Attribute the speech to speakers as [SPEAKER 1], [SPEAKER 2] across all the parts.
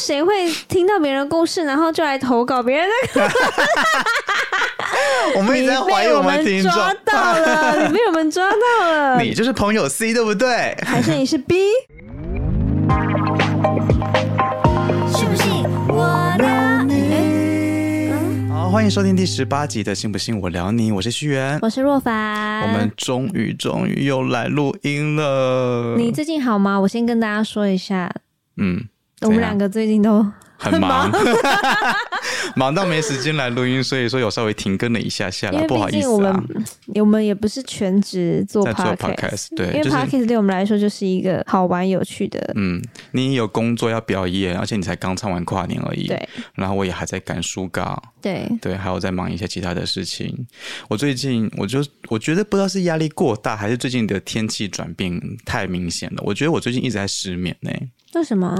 [SPEAKER 1] 谁会听到别人的故事，然后就来投稿别人的 故事？
[SPEAKER 2] 我们一直在怀疑
[SPEAKER 1] 被我
[SPEAKER 2] 们听众，
[SPEAKER 1] 抓到 了，你被我们抓到了，
[SPEAKER 2] 你就是朋友 C 对不对？
[SPEAKER 1] 还是你是 B？信不信我聊你？嗯，
[SPEAKER 2] 好，欢迎收听第十八集的《信不信我聊你》，我是徐源。
[SPEAKER 1] 我是若凡。
[SPEAKER 2] 我们终于终于又来录音了。
[SPEAKER 1] 你最近好吗？我先跟大家说一下，
[SPEAKER 2] 嗯，
[SPEAKER 1] 我们两
[SPEAKER 2] 个
[SPEAKER 1] 个最近都
[SPEAKER 2] 很忙， 忙到没时间来录音，所以说有稍微停更了一下下
[SPEAKER 1] 因
[SPEAKER 2] 啦，
[SPEAKER 1] 为
[SPEAKER 2] 不好
[SPEAKER 1] 毕
[SPEAKER 2] 意
[SPEAKER 1] 竟我
[SPEAKER 2] 思
[SPEAKER 1] 们、
[SPEAKER 2] 啊。
[SPEAKER 1] 我们也不是全职做
[SPEAKER 2] 在做
[SPEAKER 1] podcast，
[SPEAKER 2] podcast，对
[SPEAKER 1] 因为
[SPEAKER 2] 就是
[SPEAKER 1] podcast 对我们来说就是一个好玩有趣的，
[SPEAKER 2] 嗯，你有工作要表演，而且你才刚唱完跨年而已。
[SPEAKER 1] 对
[SPEAKER 2] 然后我也还在赶书稿，
[SPEAKER 1] 对，
[SPEAKER 2] 对，还有在忙一些其他的事情。我最近我就我觉得不知道是压力过大，还是最近的天气转变太明显了。我觉得我最近一直在失眠呢、
[SPEAKER 1] 为什么？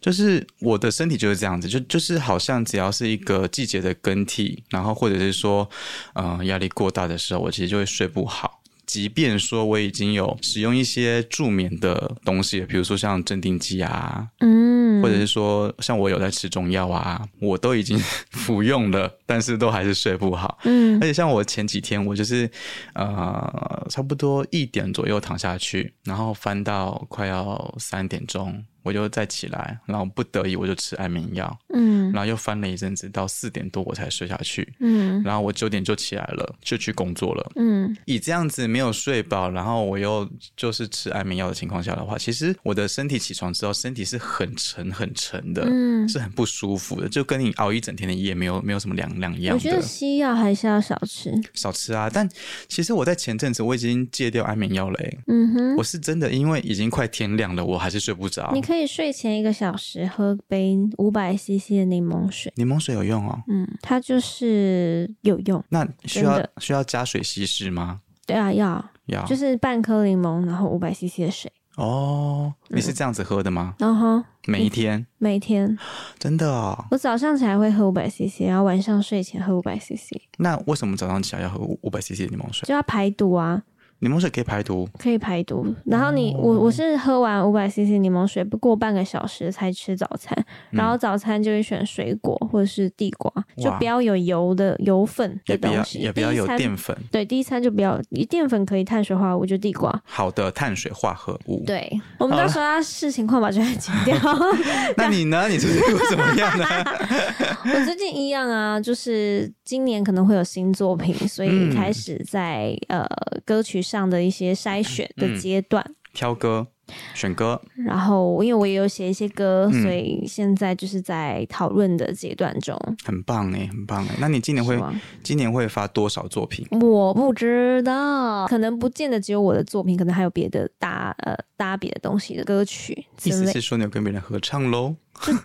[SPEAKER 2] 就是我的身体就是这样子，就就是好像只要是一个季节的更替，然后或者是说，呃，压力过大的时候，我其实就会睡不好。即便说我已经有使用一些助眠的东西，比如说像镇定剂啊，
[SPEAKER 1] 嗯，
[SPEAKER 2] 或者是说像我有在吃中药啊，我都已经 服用了，但是都还是睡不好。
[SPEAKER 1] 嗯
[SPEAKER 2] 而且像我前几天，我就是呃，差不多一点左右躺下去，然后翻到快要三点钟，我就再起来，然后不得已我就吃安眠药，
[SPEAKER 1] 嗯
[SPEAKER 2] 然后又翻了一阵子，到四点多我才睡下去。
[SPEAKER 1] 嗯
[SPEAKER 2] 然后我九点就起来了，就去工作了。
[SPEAKER 1] 嗯
[SPEAKER 2] 以这样子没有睡饱，然后我又就是吃安眠药的情况下的话，其实我的身体起床之后，身体是很沉很沉的，
[SPEAKER 1] 嗯，
[SPEAKER 2] 是很不舒服的，就跟你熬一整天的夜没有没有什么两两样的。
[SPEAKER 1] 我觉得西药还是要少吃。
[SPEAKER 2] 少吃啊。但其实我在前阵子我已经戒掉安眠药了、欸，
[SPEAKER 1] 嗯哼，
[SPEAKER 2] 我是真的因为已经快天亮了，我还是睡不着
[SPEAKER 1] 你。可以睡前一个小时喝杯五百 CC 的柠檬水，
[SPEAKER 2] 柠檬水有用哦，
[SPEAKER 1] 嗯，它就是有用。
[SPEAKER 2] 那需要
[SPEAKER 1] 真的
[SPEAKER 2] 需要加水稀释吗？
[SPEAKER 1] 对啊，要
[SPEAKER 2] 要
[SPEAKER 1] 就是半颗柠檬，然后五百 CC 的水，
[SPEAKER 2] 哦，
[SPEAKER 1] 嗯
[SPEAKER 2] 你是这样子喝的吗？
[SPEAKER 1] 然后
[SPEAKER 2] 每一天
[SPEAKER 1] 每天
[SPEAKER 2] 真的哦？
[SPEAKER 1] 我早上起来会喝五百 CC，然后晚上睡前喝五百 CC，
[SPEAKER 2] 那为什么早上起来要喝五百 CC 的柠檬水？
[SPEAKER 1] 就要排毒啊，
[SPEAKER 2] 柠檬水可以排毒
[SPEAKER 1] 可以排毒。然后
[SPEAKER 2] 哦
[SPEAKER 1] 你、我我是喝完五百 CC 柠檬水，不过半个小时才吃早餐，
[SPEAKER 2] 嗯
[SPEAKER 1] 然后早餐就会选水果或者是地瓜，就不要有油的油分
[SPEAKER 2] 也
[SPEAKER 1] 的
[SPEAKER 2] 不
[SPEAKER 1] 东
[SPEAKER 2] 要
[SPEAKER 1] 西，
[SPEAKER 2] 也不要
[SPEAKER 1] 第一
[SPEAKER 2] 有
[SPEAKER 1] 餐
[SPEAKER 2] 淀粉，
[SPEAKER 1] 对，第一餐就不要淀粉可以碳水化合物，就地瓜。
[SPEAKER 2] 好的碳水化合物。
[SPEAKER 1] 对，我们到时候要视情况把这段剪掉。
[SPEAKER 2] 那你呢？你最近过得怎么 样呢？
[SPEAKER 1] 我最近一样啊，就是今年可能会有新作品，所
[SPEAKER 2] 嗯
[SPEAKER 1] 以开始在、呃歌曲上的一些筛选
[SPEAKER 2] 嗯
[SPEAKER 1] 的阶段。
[SPEAKER 2] 挑歌、选歌，
[SPEAKER 1] 然后，因为我也有写一些歌，
[SPEAKER 2] 嗯
[SPEAKER 1] 所以现在就是在讨论的阶段中。
[SPEAKER 2] 很棒哎，很棒哎。那你今年会
[SPEAKER 1] 是吗
[SPEAKER 2] 今年会发多少作品？
[SPEAKER 1] 我不知道，可能不见得只有我的作品，可能还有别的搭呃搭别的东西的歌曲之
[SPEAKER 2] 意思
[SPEAKER 1] 类
[SPEAKER 2] 是说你有跟别人合唱喽？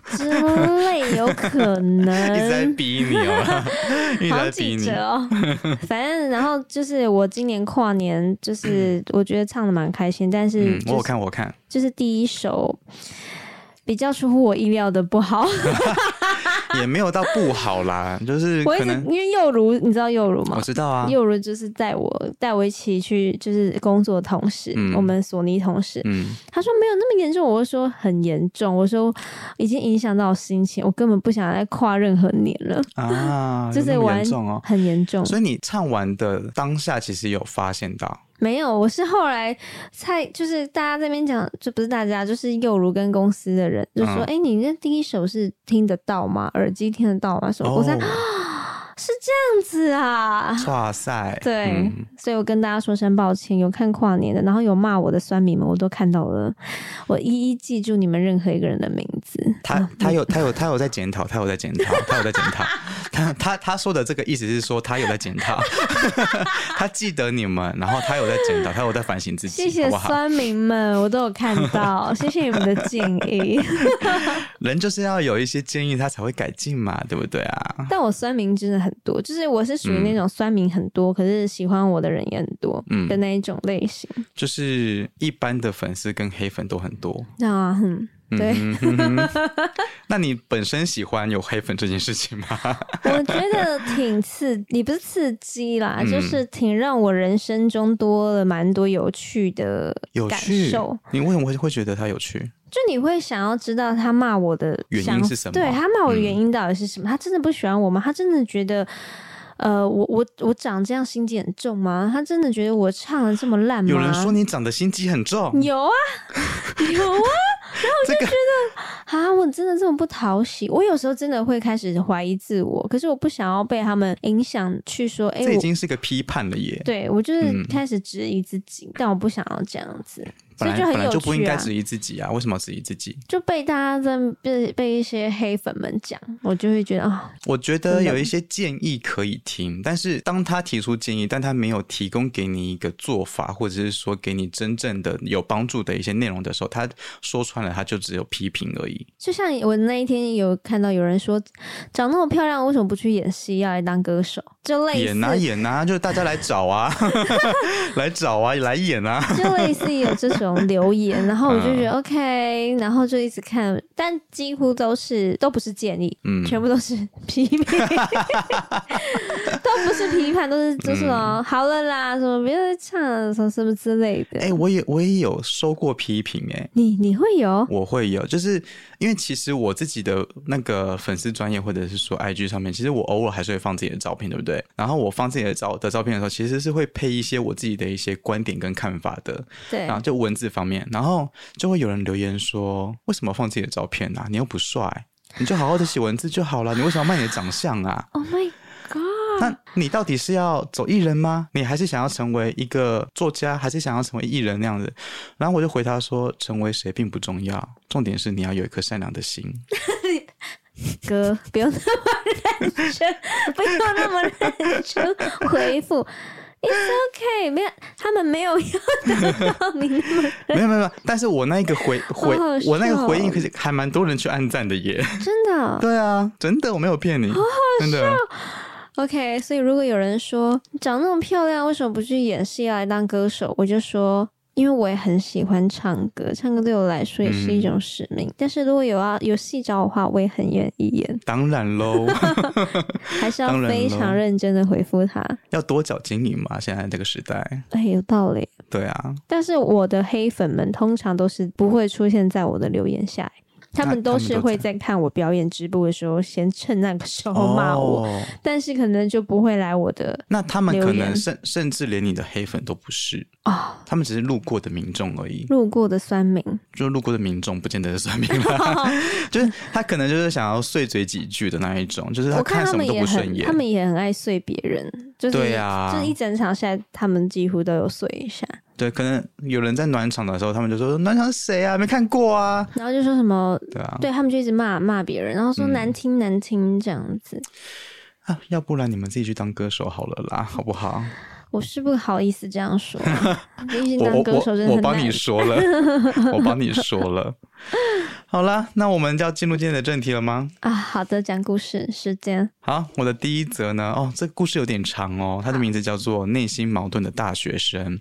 [SPEAKER 1] 之类，有可
[SPEAKER 2] 一直在
[SPEAKER 1] 能。
[SPEAKER 2] 逼 你哦，一直
[SPEAKER 1] 好
[SPEAKER 2] 在
[SPEAKER 1] 几
[SPEAKER 2] 逼你
[SPEAKER 1] 折。 哦，反正然后就是我今年跨年，就是我觉得唱的蛮开心，但是、
[SPEAKER 2] 嗯，
[SPEAKER 1] 就是
[SPEAKER 2] 我有看，我有看，
[SPEAKER 1] 就是第一首比较出乎我意料的不好。
[SPEAKER 2] 也没有到不好啦，就是
[SPEAKER 1] 我一
[SPEAKER 2] 可
[SPEAKER 1] 直
[SPEAKER 2] 能
[SPEAKER 1] 因为幼如，你知道幼如吗
[SPEAKER 2] 我？知道啊，
[SPEAKER 1] 幼如就是带我带我一起去，就是工作的同事，
[SPEAKER 2] 嗯
[SPEAKER 1] 我们索尼同事，
[SPEAKER 2] 嗯，
[SPEAKER 1] 他说没有那么严重，我就说很严重，我说已经影响到我心情，我根本不想再跨任何年了，
[SPEAKER 2] 啊，
[SPEAKER 1] 就是
[SPEAKER 2] 有那么
[SPEAKER 1] 完
[SPEAKER 2] 严重哦。
[SPEAKER 1] 很严重。
[SPEAKER 2] 所以你唱完的当下，其实有发现到，
[SPEAKER 1] 没有，我是后来才就是大家这边讲，就不是大家，就是幼如跟公司的人就说：“
[SPEAKER 2] 嗯
[SPEAKER 1] 哎、你那第一首是听得到吗？耳机听得到吗？”什么？
[SPEAKER 2] 哦
[SPEAKER 1] 我才，是这样子啊。
[SPEAKER 2] 哇塞，
[SPEAKER 1] 对，
[SPEAKER 2] 嗯
[SPEAKER 1] 所以我跟大家说声抱歉，有看跨年的，然后有骂我的酸民们，我都看到了，我一一记住你们任何一个人的名字。
[SPEAKER 2] 他他有他有他有在检讨，他有在检讨，他有在检讨。他他他说的这个意思是说，他有在检讨， 他记得你们，然后他有在检讨，他有在反省自己，
[SPEAKER 1] 谢
[SPEAKER 2] 好
[SPEAKER 1] 谢
[SPEAKER 2] 不好？
[SPEAKER 1] 酸民们，我都有看到， 谢谢你们的建议。
[SPEAKER 2] 人就是要有一些建议，他才会改进嘛，对不对啊？
[SPEAKER 1] 但我酸民真的很多，就是我是属于那种酸民很多，可是喜欢我的人也很多
[SPEAKER 2] 嗯
[SPEAKER 1] 的那一种类型，
[SPEAKER 2] 就是一般的粉丝跟黑粉都很多。
[SPEAKER 1] 知道吗？嗯，对，
[SPEAKER 2] 嗯哼哼那你本身喜欢有黑粉这件事情吗？
[SPEAKER 1] 我觉得挺刺，也不是刺激啦，
[SPEAKER 2] 嗯
[SPEAKER 1] 就是挺让我人生中多了蛮多有趣的
[SPEAKER 2] 有
[SPEAKER 1] 感
[SPEAKER 2] 趣
[SPEAKER 1] 受。，
[SPEAKER 2] 你为什么会会觉得他有趣？
[SPEAKER 1] 就你会想要知道他骂我的
[SPEAKER 2] 原因
[SPEAKER 1] 想
[SPEAKER 2] 是什么嗯
[SPEAKER 1] 对他骂我的原因到底是什么？他真的不喜欢我吗？他真的觉得，呃，我我我长这样心机很重吗？他真的觉得我唱的这么烂吗？
[SPEAKER 2] 有人说你长得心机很重，
[SPEAKER 1] 有啊， 有啊
[SPEAKER 2] 这个
[SPEAKER 1] 啊！我真的这么不讨喜，我有时候真的会开始怀疑自我，可是我不想要被他们影响去说，哎、
[SPEAKER 2] 这已
[SPEAKER 1] 我
[SPEAKER 2] 经是个批判了耶。
[SPEAKER 1] 对我就是
[SPEAKER 2] 嗯
[SPEAKER 1] 开始质疑自己，但我不想要这样子，所
[SPEAKER 2] 本
[SPEAKER 1] 以
[SPEAKER 2] 来
[SPEAKER 1] 很
[SPEAKER 2] 本来
[SPEAKER 1] 有
[SPEAKER 2] 就不应
[SPEAKER 1] 趣
[SPEAKER 2] 该
[SPEAKER 1] 啊。
[SPEAKER 2] 质疑自己啊，为什么要质疑自己？
[SPEAKER 1] 就被大家在被被一些黑粉们讲，我就会觉得啊、
[SPEAKER 2] 我觉得有一些建议可以听，但是当他提出建议，但他没有提供给你一个做法，或者是说给你真正的有帮助的一些内容的时候，他说穿了，他就只有批评而已。
[SPEAKER 1] 就像我那一天有看到有人说，长那么漂亮，为什么不去演戏，要来当歌手？就类似
[SPEAKER 2] 演啊演啊，就是大家来找啊， 来找啊，来演啊。
[SPEAKER 1] 就类似有这种留言，然后我
[SPEAKER 2] 嗯
[SPEAKER 1] 就觉得 OK，然后就一直看，但几乎都是都不是建议，
[SPEAKER 2] 嗯，
[SPEAKER 1] 全部都是 批评，都不是批判，都
[SPEAKER 2] 嗯
[SPEAKER 1] 是就是哦，好了啦，什么不要再唱了，什么什么之类的。
[SPEAKER 2] 哎、我也我也有收过批评哎、
[SPEAKER 1] 你你会有
[SPEAKER 2] 我会有，就是因为其实我自己的那个粉丝专业或者是说 IG 上面，其实我偶尔还是会放自己的照片，对不对？然后我放自己的照的照片的时候，其实是会配一些我自己的一些观点跟看法的，
[SPEAKER 1] 对
[SPEAKER 2] 然后就文字方面，然后就会有人留言说，为什么放自己的照片啊？你又不帅，你就好好的写文字就好了，你为什么要卖你的长相啊？
[SPEAKER 1] ？Oh my god！
[SPEAKER 2] 那你到底是要走艺人吗？你还是想要成为一个作家，还是想要成为艺人那样子？然后我就回他说，成为谁并不重要，重点是你要有一颗善良的心。
[SPEAKER 1] 哥，不用那么认真，不用那么认真回复。It's OK，没有，他们没有要得到你那么
[SPEAKER 2] 没有没有，没有，但是我那一个 回回
[SPEAKER 1] 好好笑
[SPEAKER 2] 我那个回应，可是还蛮多人去按赞的耶。
[SPEAKER 1] 真的。
[SPEAKER 2] 对啊，真的我没有骗你，真的。
[SPEAKER 1] OK，所以如果有人说你长那么漂亮，为什么不去演戏要来当歌手？我就说，因为我也很喜欢唱歌，唱歌对我来说也是一种使命。但是如果有要有戏找我的话，我也很愿意演，
[SPEAKER 2] 当然喽，
[SPEAKER 1] 还是要
[SPEAKER 2] 当然
[SPEAKER 1] 非
[SPEAKER 2] 咯
[SPEAKER 1] 常认真的回复他。
[SPEAKER 2] 要多角经营嘛，现在这个时代。
[SPEAKER 1] 哎，有道理。
[SPEAKER 2] 对啊，
[SPEAKER 1] 但是我的黑粉们通常都是不会出现在我的留言下，他们都是会在看我表演直播的时候，先趁那个时候骂我，
[SPEAKER 2] 哦
[SPEAKER 1] 但是可能就不会来我的
[SPEAKER 2] 那他们
[SPEAKER 1] 留
[SPEAKER 2] 可
[SPEAKER 1] 言
[SPEAKER 2] 能甚甚至连你的黑粉都不是，
[SPEAKER 1] 啊、
[SPEAKER 2] 他们只是路过的民众而已。
[SPEAKER 1] 路过的酸民。
[SPEAKER 2] 就路过的民众，不见得是算命 啦，就是他可能就是想要碎嘴几句的那一种，就是
[SPEAKER 1] 我看
[SPEAKER 2] 看
[SPEAKER 1] 他
[SPEAKER 2] 什么
[SPEAKER 1] 们
[SPEAKER 2] 都
[SPEAKER 1] 也
[SPEAKER 2] 不顺
[SPEAKER 1] 很，
[SPEAKER 2] 眼
[SPEAKER 1] 他。们也很爱碎别人，就是
[SPEAKER 2] 对啊
[SPEAKER 1] 就是一整场下来，他们几乎都有碎一下，
[SPEAKER 2] 对，可能有人在暖场的时候，他们就说暖场是谁啊？没看过啊，
[SPEAKER 1] 然后就说什么，
[SPEAKER 2] 对啊，
[SPEAKER 1] 对他们就一直骂骂别人，然后说
[SPEAKER 2] 嗯
[SPEAKER 1] 难听难听这样子，
[SPEAKER 2] 啊，要不然你们自己去当歌手好了啦，好不好？
[SPEAKER 1] 我是不好意思这样 说，毕竟
[SPEAKER 2] 我
[SPEAKER 1] 当
[SPEAKER 2] 我
[SPEAKER 1] 歌手真
[SPEAKER 2] 我
[SPEAKER 1] 的
[SPEAKER 2] 我
[SPEAKER 1] 很
[SPEAKER 2] 帮
[SPEAKER 1] 难
[SPEAKER 2] 你。说了，我帮你 说了。好啦，那我们就要进入今天的正题了吗？
[SPEAKER 1] 啊，好的，讲故事时间，
[SPEAKER 2] 好，我的第一则呢，哦，这个故事有点长哦，它的名字叫做《内心矛盾的大学生》。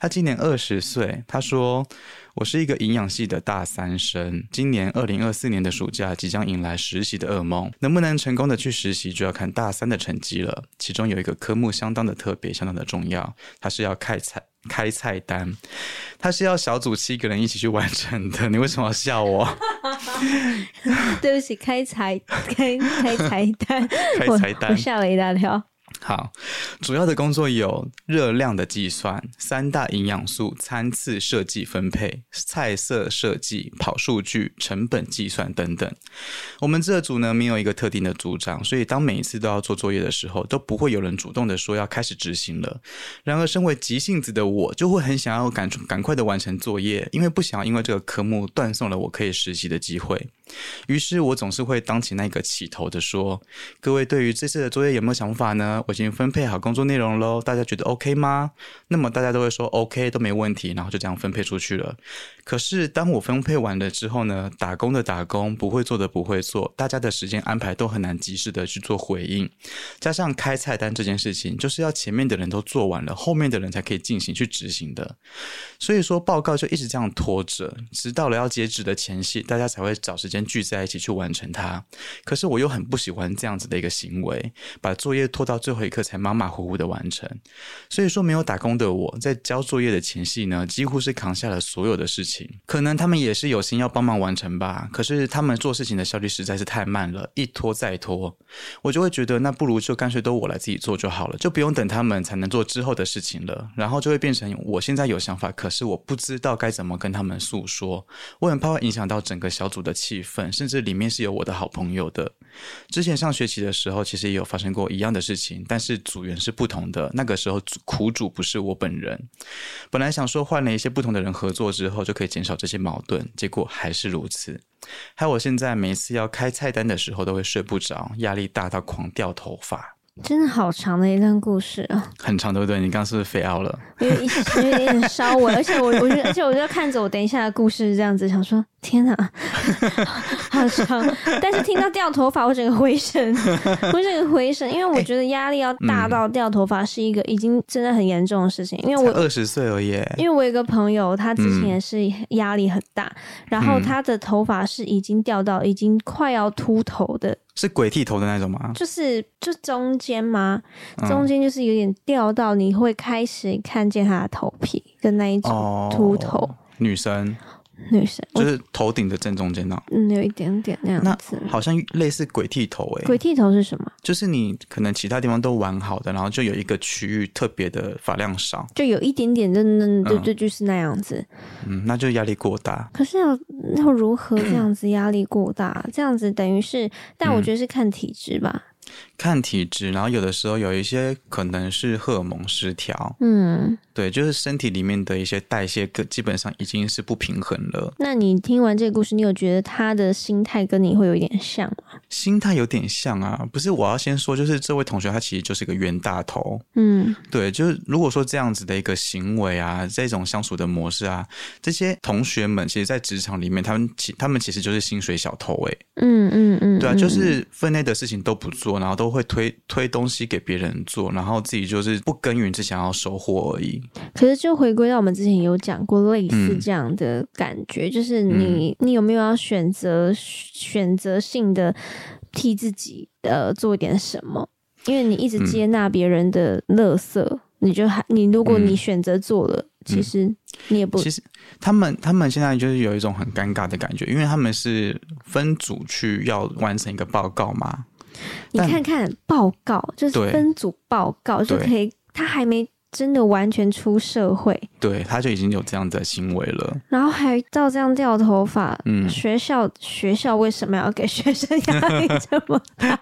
[SPEAKER 2] 他今年二十岁，他说：“我是一个营养系的大三生，今年二零二四年的暑假即将迎来实习的噩梦，能不能成功的去实习，就要看大三的成绩了。其中有一个科目相当的特别，相当的重要，它是要开菜开菜单，它是要小组七个人一起去完成的。你为什么要笑我？
[SPEAKER 1] 对不起，开彩开开彩单，
[SPEAKER 2] 开
[SPEAKER 1] 我
[SPEAKER 2] 菜单
[SPEAKER 1] 我吓了一大跳。
[SPEAKER 2] 好，主要的工作有热量的计算、三大营养素参次设计分配、菜色设计、跑数据、成本计算等等。我们这组呢没有一个特定的组长，所以当每一次都要做作业的时候，都不会有人主动的说要开始执行了。然而，身为急性子的我，就会很想要赶赶快的完成作业，因为不想要因为这个科目断送了我可以实习的机会。于是我总是会当起那个起头的说：“各位对于这次的作业有没有想法呢？我已经分配好工作内容喽，大家觉得 OK 吗？”那么大家都会说 OK 都没问题，然后就这样分配出去了。可是当我分配完了之后呢，打工的打工，不会做的不会做，大家的时间安排都很难及时的去做回应。加上开菜单这件事情，就是要前面的人都做完了，后面的人才可以进行去执行的。所以说报告就一直这样拖着，直到了要截止的前夕，大家才会找时间聚在一起去完成它。可是我又很不喜欢这样子的一个行为，把作业拖到最后一刻才马马虎虎的完成。所以说，没有打工的我在交作业的前夕呢，几乎是扛下了所有的事情。情，可能他们也是有心要帮忙完成吧，可是他们做事情的效率实在是太慢了，一拖再拖，我就会觉得那不如就干脆都我来自己做就好了，就不用等他们才能做之后的事情了，然后就会变成我现在有想法，可是我不知道该怎么跟他们诉说，我很怕会影响到整个小组的气氛，甚至里面是有我的好朋友的。之前上学期的时候，其实也有发生过一样的事情，但是组员是不同的。那个时候主苦主不是我本人，本来想说换了一些不同的人合作之后，就可以减少这些矛盾，结果还是如此。还有我现在每次要开菜单的时候，都会睡不着，压力大到狂掉头发，
[SPEAKER 1] 真的好长的一段故事啊，
[SPEAKER 2] 很长，对不对？你刚刚是不是飞奥了？
[SPEAKER 1] 因为一时有点稍微，而且我我觉得，而且我就看着我等一下的故事这样子，想说天哪， 好长。但是听到掉头发，我整个回神，我整个回神，因为我觉得压力要大到掉头发是一个已经真的很严重的事情，因为
[SPEAKER 2] 才
[SPEAKER 1] 我
[SPEAKER 2] 二十岁而已。
[SPEAKER 1] 因为我有一个朋友，他之前也是压力很大，然后他的头发是已经掉到已经快要秃头的，
[SPEAKER 2] 是鬼剃头的那种吗？
[SPEAKER 1] 就是就中间嘛，
[SPEAKER 2] 嗯
[SPEAKER 1] 中间就是有点掉到你会开始看见他的头皮的那一种
[SPEAKER 2] 哦
[SPEAKER 1] 秃头
[SPEAKER 2] 女生
[SPEAKER 1] 女生，我
[SPEAKER 2] 就是头顶的正中间哦呢、
[SPEAKER 1] 嗯有一点点那
[SPEAKER 2] 那
[SPEAKER 1] 样子。
[SPEAKER 2] 好像类似鬼剃头诶、
[SPEAKER 1] 鬼剃头是什么？
[SPEAKER 2] 就是你可能其他地方都完好的，然后就有一个区域特别的发量少，
[SPEAKER 1] 就有一点点的，那那对
[SPEAKER 2] 嗯
[SPEAKER 1] 对，就是那样子。
[SPEAKER 2] 嗯，那就压力过大。
[SPEAKER 1] 可是要要如何这样子压力过大？这样子等于是，但
[SPEAKER 2] 嗯
[SPEAKER 1] 我觉得是看体质吧。
[SPEAKER 2] 看体质，然后有的时候有一些可能是荷尔蒙失调，
[SPEAKER 1] 嗯，
[SPEAKER 2] 对，就是身体里面的一些代谢，个基本上已经是不平衡了，
[SPEAKER 1] 那你听完这个故事，你有觉得他的心态跟你会有一点像吗？
[SPEAKER 2] 心态有点像啊。不是，我要先说，就是这位同学他其实就是一个冤大头，
[SPEAKER 1] 嗯，
[SPEAKER 2] 对，就是如果说这样子的一个行为啊，这种相处的模式啊，这些同学们其实，在职场里面，他们其他们其实就是薪水小偷欸诶、
[SPEAKER 1] 嗯嗯嗯，
[SPEAKER 2] 对啊，
[SPEAKER 1] 嗯
[SPEAKER 2] 就是分内的事情都不做，然后都会推推东西给别人做，然后自己就是不耕耘，只想要收获而已。
[SPEAKER 1] 可是就回归到我们之前有讲过类
[SPEAKER 2] 嗯
[SPEAKER 1] 似这样的感觉，就是你你有没有要选择选择性的替自己呃做点什么？因为你一
[SPEAKER 2] 嗯
[SPEAKER 1] 直接纳别人的垃圾，你就还你如果
[SPEAKER 2] 嗯
[SPEAKER 1] 你选择做了，其实你也不
[SPEAKER 2] 其实他们他们现在就是有一种很尴尬的感觉，因为他们是分组去要完成一个报告嘛。
[SPEAKER 1] 你
[SPEAKER 2] 但
[SPEAKER 1] 看看报告，就是
[SPEAKER 2] 对
[SPEAKER 1] 分组报告就
[SPEAKER 2] 对
[SPEAKER 1] 可以，他还没真的完全出社会，
[SPEAKER 2] 对，他就已经有这样的行为了。
[SPEAKER 1] 然后还照这样掉头发。
[SPEAKER 2] 嗯，
[SPEAKER 1] 学校学校为什么要给学生压力这么大？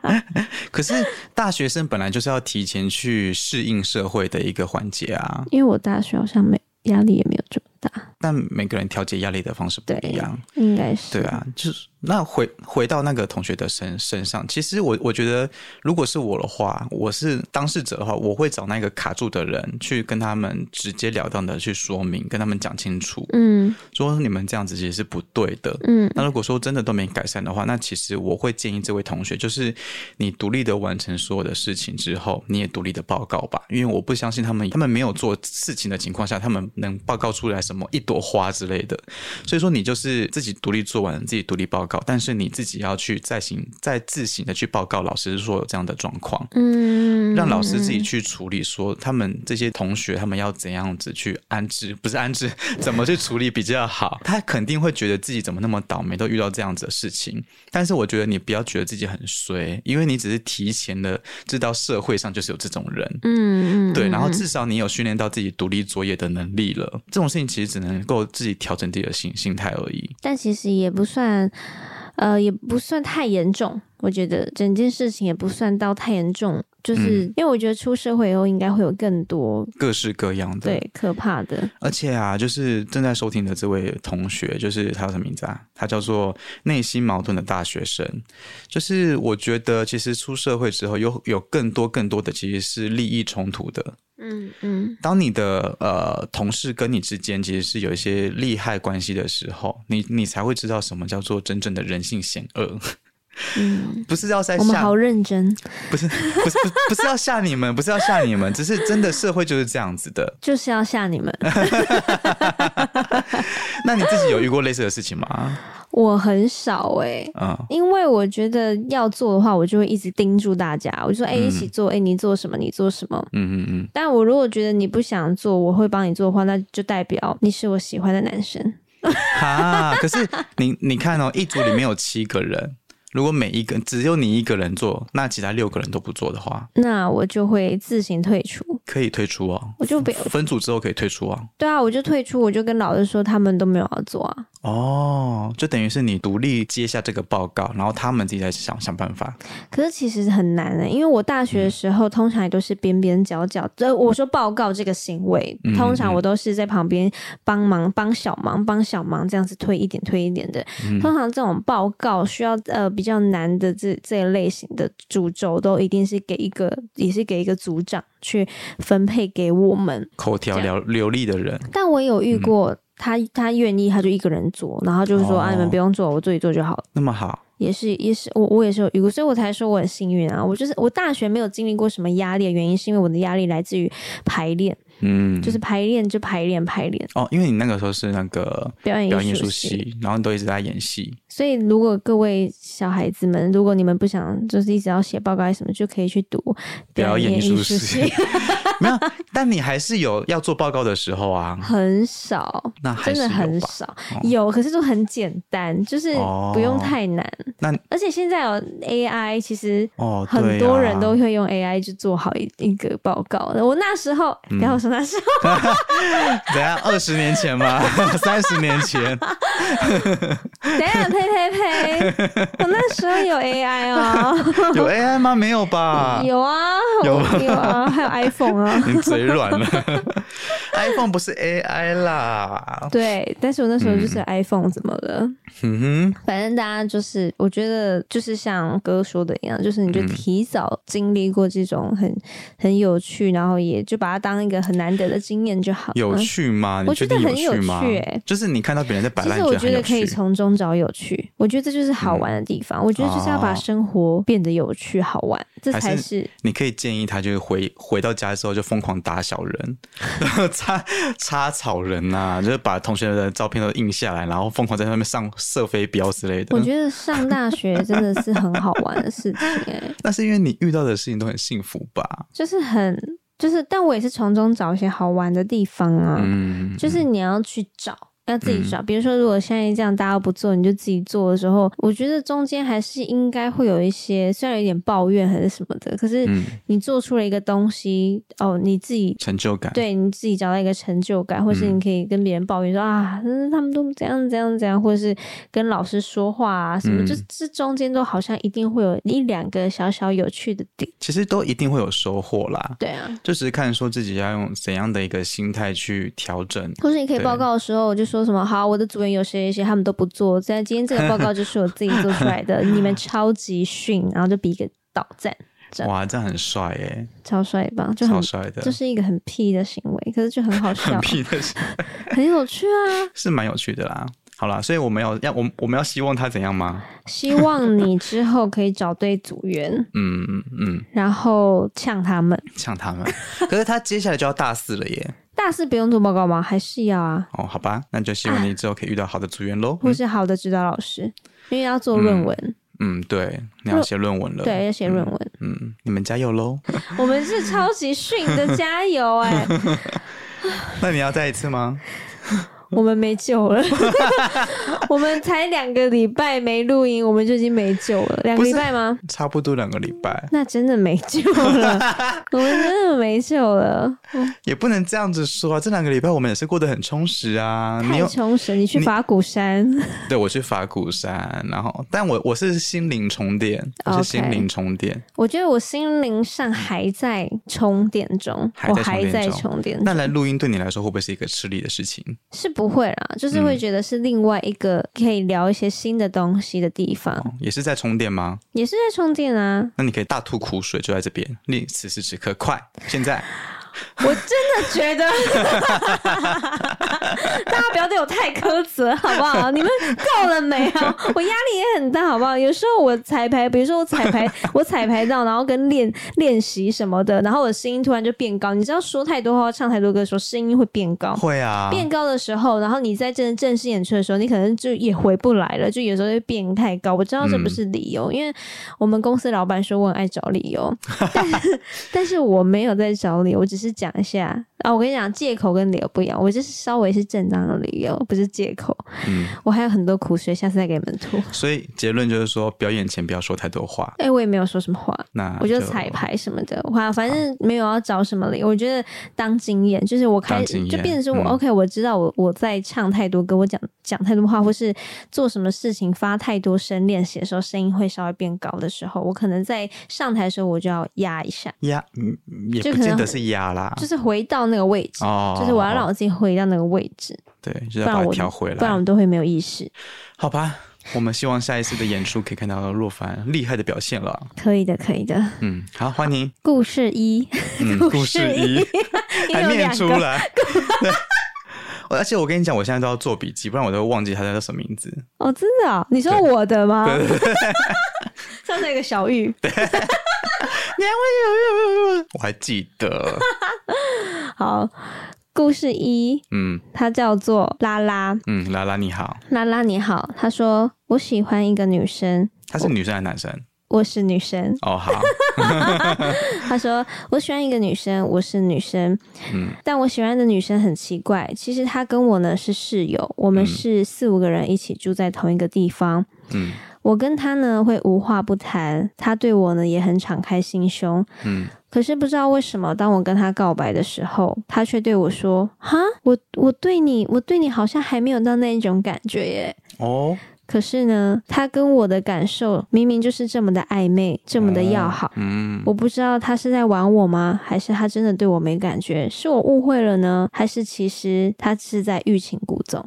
[SPEAKER 2] 可是大学生本来就是要提前去适应社会的一个环节啊，
[SPEAKER 1] 因为我大学好像没压力也没有这么大，
[SPEAKER 2] 但每个人调节压力的方式不一样。
[SPEAKER 1] 应该是
[SPEAKER 2] 对，啊，就是那回回到那个同学的身身上，其实我我觉得，如果是我的话，我是当事者的话，我会找那个卡住的人去跟他们直截了当的去说明，跟他们讲清楚，
[SPEAKER 1] 嗯
[SPEAKER 2] 说你们这样子其实是不对的。
[SPEAKER 1] 嗯
[SPEAKER 2] 那如果说真的都没改善的话，那其实我会建议这位同学，就是你独立的完成所有的事情之后，你也独立的报告吧，因为我不相信他们，他们没有做事情的情况下，他们能报告出来什么一朵花之类的。所以说，你就是自己独立做完，自己独立报告，但是你自己要去再行再自行的去报告老师说有这样的状况。
[SPEAKER 1] 嗯，
[SPEAKER 2] 让老师自己去处理，说他们这些同学他们要怎样子去安置，不是安置， 怎么去处理比较好？他肯定会觉得自己怎么那么倒霉，都遇到这样子的事情。但是我觉得你不要觉得自己很衰，因为你只是提前的知道社会上就是有这种人。
[SPEAKER 1] 嗯，嗯嗯，
[SPEAKER 2] 对，然后至少你有训练到自己独立作业的能力了。这种事情其实只能够自己调整自己的心心态而已。
[SPEAKER 1] 但其实也不算，呃，也不算太严重。我觉得整件事情也不算到太严重，
[SPEAKER 2] 嗯
[SPEAKER 1] 就是、因为我觉得出社会以后应该会有更多
[SPEAKER 2] 各式各样的，
[SPEAKER 1] 对可怕的，
[SPEAKER 2] 而且啊，就是正在收听的这位同学，就是他叫什么名字啊？他叫做内心矛盾的大学生。就是我觉得，其实出社会之后有，有更多更多的其实是利益冲突的。
[SPEAKER 1] 嗯嗯
[SPEAKER 2] 当你的呃同事跟你之间其实是有一些利害关系的时候，你你才会知道什么叫做真正的人性险恶，
[SPEAKER 1] 嗯，
[SPEAKER 2] 不是要在
[SPEAKER 1] 我们
[SPEAKER 2] 下
[SPEAKER 1] 好认真，
[SPEAKER 2] 不是不是不是不是要吓你们，不是要吓你们，只是真的社会就是这样子的。
[SPEAKER 1] 就是要吓 你们。
[SPEAKER 2] 那你自己有遇过类似的事情吗？
[SPEAKER 1] 我很少哎、
[SPEAKER 2] 嗯
[SPEAKER 1] 因为我觉得要做的话，我就会一直盯住大家，我就说哎、
[SPEAKER 2] 嗯
[SPEAKER 1] 一起做，哎、你做什么，你做什么。
[SPEAKER 2] 嗯嗯嗯。
[SPEAKER 1] 但我如果觉得你不想做，我会帮你做的话，那就代表你是我喜欢的男生。
[SPEAKER 2] 哈，啊可是你 你看哦，一组里面有七个人，如果每一个只有你一个人做，那其他六个人都不做的话，
[SPEAKER 1] 那我就会自行退出，
[SPEAKER 2] 可以退出哦。
[SPEAKER 1] 我就不
[SPEAKER 2] 分组之后可以退出啊。
[SPEAKER 1] 对啊，我就退出，我就跟老师说他们都没有要做啊。
[SPEAKER 2] 哦，就等于是你独立接下这个报告，然后他们自己再想想办法。
[SPEAKER 1] 可是其实很难欸的、因为我大
[SPEAKER 2] 嗯
[SPEAKER 1] 学的时候通常也都是边边角角，呃，我说报告这个行为
[SPEAKER 2] 嗯，
[SPEAKER 1] 通常我都是在旁边帮忙、帮小忙、帮小忙这样子推一点、推一点的。
[SPEAKER 2] 嗯
[SPEAKER 1] 通常这种报告需要呃比较难的这这一类型的主轴，都一定是给一个也是给一个组长去分配给我们。
[SPEAKER 2] 口条流流利的人，
[SPEAKER 1] 但我有遇过他他愿意，他就一个人做，然后就是说、
[SPEAKER 2] 嗯哦
[SPEAKER 1] 啊你们不用做，我自己做就好了。
[SPEAKER 2] 那么好，
[SPEAKER 1] 也是也是，我我也是有遇过，所以我才说我很幸运啊！我就是我大学没有经历过什么压力的原因，是因为我的压力来自于排练，
[SPEAKER 2] 嗯，
[SPEAKER 1] 就是排练就排练排练
[SPEAKER 2] 哦，因为你那个时候是那个
[SPEAKER 1] 表演
[SPEAKER 2] 表演艺
[SPEAKER 1] 艺
[SPEAKER 2] 术
[SPEAKER 1] 术系。
[SPEAKER 2] 系，然后你都一直在演戏，
[SPEAKER 1] 所以如果各位小孩子们，如果你们不想就是一直要写报告还是什么，就可以去读
[SPEAKER 2] 表演
[SPEAKER 1] 演
[SPEAKER 2] 艺
[SPEAKER 1] 术
[SPEAKER 2] 术系。 没有，但你还是有要做报告的时候啊，
[SPEAKER 1] 很少，
[SPEAKER 2] 那还
[SPEAKER 1] 真
[SPEAKER 2] 是有
[SPEAKER 1] 的很
[SPEAKER 2] 吧。
[SPEAKER 1] 少，
[SPEAKER 2] 哦
[SPEAKER 1] 有可是都很简单，就是
[SPEAKER 2] 哦
[SPEAKER 1] 不用太难。
[SPEAKER 2] 那
[SPEAKER 1] 而且现在有 AI，其实
[SPEAKER 2] 哦，
[SPEAKER 1] 很
[SPEAKER 2] 对
[SPEAKER 1] 多
[SPEAKER 2] 啊
[SPEAKER 1] 人都会用 AI 去做好一一个报告的。我那时候，
[SPEAKER 2] 嗯
[SPEAKER 1] 不要说那时候，
[SPEAKER 2] 怎样？二十年前吗？ 三十年前？
[SPEAKER 1] 等一下呸呸呸，我那时候有 AI 哦，
[SPEAKER 2] 有 AI 吗？没有吧？
[SPEAKER 1] 有啊，
[SPEAKER 2] 啊有
[SPEAKER 1] 我有啊，还有 iPhone 啊，
[SPEAKER 2] 你嘴软了。iPhone 不是 AI 啦。
[SPEAKER 1] 对，但是我那时候就是 iPhone 怎么了？
[SPEAKER 2] 嗯哼，
[SPEAKER 1] 反正大家就是，我觉得就是像哥说的一样，就是你
[SPEAKER 2] 嗯
[SPEAKER 1] 就提早经历过这种很很有趣，然后也就把它当一个很难得的经验就好了。
[SPEAKER 2] 有趣吗？你
[SPEAKER 1] 嗯我
[SPEAKER 2] 确
[SPEAKER 1] 觉
[SPEAKER 2] 定
[SPEAKER 1] 得很
[SPEAKER 2] 趣吗？
[SPEAKER 1] 有趣欸
[SPEAKER 2] 就是你看到别人在摆
[SPEAKER 1] 其
[SPEAKER 2] 烂，
[SPEAKER 1] 实
[SPEAKER 2] 你
[SPEAKER 1] 我
[SPEAKER 2] 觉
[SPEAKER 1] 觉
[SPEAKER 2] 得
[SPEAKER 1] 得
[SPEAKER 2] 很
[SPEAKER 1] 可以
[SPEAKER 2] 有趣。嗯
[SPEAKER 1] 从中找有趣，我觉得这就是好玩的地方。我觉得就是要把
[SPEAKER 2] 哦
[SPEAKER 1] 生活变得有趣好玩，这
[SPEAKER 2] 还
[SPEAKER 1] 才
[SPEAKER 2] 是
[SPEAKER 1] 是
[SPEAKER 2] 你可以建议他，就是回回到家之后就疯狂打小人，然后插插草人呐、就是把同学的照片都印下来，然后疯狂在上面上射飞镖之类的
[SPEAKER 1] 我。觉得上大学真的是很好玩的事情、哎，
[SPEAKER 2] 嗯那是因为你遇到的事情都很幸福吧？
[SPEAKER 1] 就是很就是，但我也是从中找一些好玩的地方啊，
[SPEAKER 2] 嗯，
[SPEAKER 1] 就是你要去找。要自己找，比如说，如果现在这样大家都不做，你就自己做的时候，我觉得中间还是应该会有一些，虽然有点抱怨还是什么的，可是
[SPEAKER 2] 嗯
[SPEAKER 1] 你做出了一个东西，哦，你自己
[SPEAKER 2] 成就感。
[SPEAKER 1] 对你自己找到一个成就感，或是
[SPEAKER 2] 嗯
[SPEAKER 1] 你可以跟别人抱怨说、啊，嗯他们都怎样怎样怎样，或者是跟老师说话啊什么，
[SPEAKER 2] 嗯
[SPEAKER 1] 这这中间都好像一定会有一两个小小有趣的点。
[SPEAKER 2] 其实都一定会有收获啦，
[SPEAKER 1] 对啊，
[SPEAKER 2] 就只是看说自己要用怎样的一个心态去调整。
[SPEAKER 1] 或是你可以
[SPEAKER 2] 对
[SPEAKER 1] 报告的时候就说什么好，我的组员有谁谁谁他们都不做，在今天这个报告就是我自己做出来的，你 们超级逊，然后就比一个倒赞，这
[SPEAKER 2] 哇，这样很帅耶，
[SPEAKER 1] 超帅吧，就
[SPEAKER 2] 超
[SPEAKER 1] 很
[SPEAKER 2] 帅的，
[SPEAKER 1] 这是一个很屁的行为，可是就很好笑
[SPEAKER 2] 很，屁 的是，
[SPEAKER 1] 很有趣啊！
[SPEAKER 2] 是蛮有趣的啦。好啦，所以我们要要我们我们要希望他怎样吗？
[SPEAKER 1] 希望你之后可以找对组员。
[SPEAKER 2] 嗯嗯嗯，
[SPEAKER 1] 然后呛他们。
[SPEAKER 2] 像 他们。可是他接下来就要大四了耶。
[SPEAKER 1] 大四不用做报告吗？还是要啊，
[SPEAKER 2] 哦，好吧，那就希望你之后可以遇到好的组员喽。
[SPEAKER 1] 或是好的指导老师，因为要做论文，
[SPEAKER 2] 嗯，对，你要写论文了。
[SPEAKER 1] 对，要写论文。
[SPEAKER 2] 嗯，你们加 油喽。
[SPEAKER 1] 我们是超级逊的，加油 哎、
[SPEAKER 2] 那你要再一次吗？
[SPEAKER 1] 我们没救 了，我们才两个礼拜没录音，我们就已经没救了。两个礼拜吗？
[SPEAKER 2] 差不多两个礼拜，
[SPEAKER 1] 那真的没救 了，我们真的没救了，
[SPEAKER 2] 也不能这样子说啊。这两个礼拜我们也是过得很充实啊。你
[SPEAKER 1] 太
[SPEAKER 2] 有
[SPEAKER 1] 充实。你去法鼓山，
[SPEAKER 2] 对，我去法鼓山，然后但我我是心灵充电，我是
[SPEAKER 1] OK
[SPEAKER 2] 心灵充电。
[SPEAKER 1] 我觉得我心灵上还在充电中，
[SPEAKER 2] 还在
[SPEAKER 1] 我
[SPEAKER 2] 充
[SPEAKER 1] 还
[SPEAKER 2] 电
[SPEAKER 1] 在
[SPEAKER 2] 中
[SPEAKER 1] 充电中。
[SPEAKER 2] 那来录音对你来说会不会是一个吃力的事情？
[SPEAKER 1] 是不会啦，就是会觉得是另外一个可以聊一些新的东西的地方，
[SPEAKER 2] 哦也是在充电吗？
[SPEAKER 1] 也是在充电啊。
[SPEAKER 2] 那你可以大吐苦水，就在这边，立此时此刻，快，现在。
[SPEAKER 1] 我真的觉得，大家不要对我太苛责，好不好？你们够了没有？我压力也很大，好不好？有时候我彩排，比如说我彩排，我彩排到，然后跟练练习什么的，然后我声音突然就变高。你知道说太多话、唱太多歌的时候，声音会变高。
[SPEAKER 2] 会啊，
[SPEAKER 1] 变高的时候，然后你在正正式演出的时候，你可能就也回不来了，就有时候会变太高。我知道这不
[SPEAKER 2] 嗯
[SPEAKER 1] 是理由，因为我们公司 老板说我很爱找理由，但是但是我没有在找理由，我只是讲一下。啊，我跟你讲，借口跟理由不一样，我就是稍微是正当的理由，不是借口。
[SPEAKER 2] 嗯，
[SPEAKER 1] 我还有很多苦水，下次再给你们吐。
[SPEAKER 2] 所以结论就是说，表演前不要说太多话。
[SPEAKER 1] 哎、我也没有说什么话，
[SPEAKER 2] 那
[SPEAKER 1] 我就彩排什么的，哇，反正没有要找什么理由。我觉得当经验，就是我开
[SPEAKER 2] 当
[SPEAKER 1] 始
[SPEAKER 2] 经验
[SPEAKER 1] 就变成是我、
[SPEAKER 2] 嗯
[SPEAKER 1] OK，我知道我我在唱太多歌，我讲讲太多话，或是做什么事情发太多声，练习的时候声音会稍微变高的时候，我可能在上台的时候我就要压一下，
[SPEAKER 2] 压，嗯也
[SPEAKER 1] 就
[SPEAKER 2] 不
[SPEAKER 1] 可能
[SPEAKER 2] 见得是压啦，
[SPEAKER 1] 就是回到那个位置，
[SPEAKER 2] 啊哦，
[SPEAKER 1] 就是我要让我自己回到那个位置，
[SPEAKER 2] 对，就是
[SPEAKER 1] 不然
[SPEAKER 2] 要把它
[SPEAKER 1] 我
[SPEAKER 2] 调回
[SPEAKER 1] 不然我
[SPEAKER 2] 来。
[SPEAKER 1] 们都会没有意识。
[SPEAKER 2] 好吧，我们希望下一次的演出可以看到若凡厉害的表现了。
[SPEAKER 1] 可以的，可以的。
[SPEAKER 2] 嗯，好，欢迎。
[SPEAKER 1] 故事一，
[SPEAKER 2] 嗯，
[SPEAKER 1] 故
[SPEAKER 2] 故
[SPEAKER 1] 事
[SPEAKER 2] 事
[SPEAKER 1] 一
[SPEAKER 2] 一
[SPEAKER 1] 因为
[SPEAKER 2] 还
[SPEAKER 1] 有
[SPEAKER 2] 念
[SPEAKER 1] 两
[SPEAKER 2] 出
[SPEAKER 1] 个
[SPEAKER 2] 来。对而且我跟你讲，我现在都要做笔记，不然我都忘记他叫什么名 字。
[SPEAKER 1] 哦，真的、哦？你说我的吗？ 上次有一个小玉，
[SPEAKER 2] 我还记得，
[SPEAKER 1] 好，故事一，
[SPEAKER 2] 嗯
[SPEAKER 1] 它叫做拉拉。
[SPEAKER 2] 嗯，拉拉你好，
[SPEAKER 1] 拉拉你好，她说我喜欢一个女生，
[SPEAKER 2] 他是女生还是男生？
[SPEAKER 1] 我是女生。
[SPEAKER 2] 哦，好，
[SPEAKER 1] 她说我喜欢一个女生，我是女生，
[SPEAKER 2] 嗯
[SPEAKER 1] 但我喜欢的女生很奇怪。其实她跟我呢是室友，我们
[SPEAKER 2] 嗯
[SPEAKER 1] 是四五个人一起住在同一个地方。
[SPEAKER 2] 嗯
[SPEAKER 1] 我跟她呢会无话不谈，她对我呢也很敞开心胸。
[SPEAKER 2] 嗯，
[SPEAKER 1] 可是不知道为什么，当我跟他告白的时候，他却对我说：“哈，我我对你，我对你好像还没有到那一种感觉耶。
[SPEAKER 2] 哦，”
[SPEAKER 1] 可是呢，他跟我的感受明明就是这么的暧昧，这么的要好。
[SPEAKER 2] 嗯，
[SPEAKER 1] 我不知道他是在玩我吗？还是他真的对我没感觉？是我误会了呢？还是其实他是在欲擒故纵？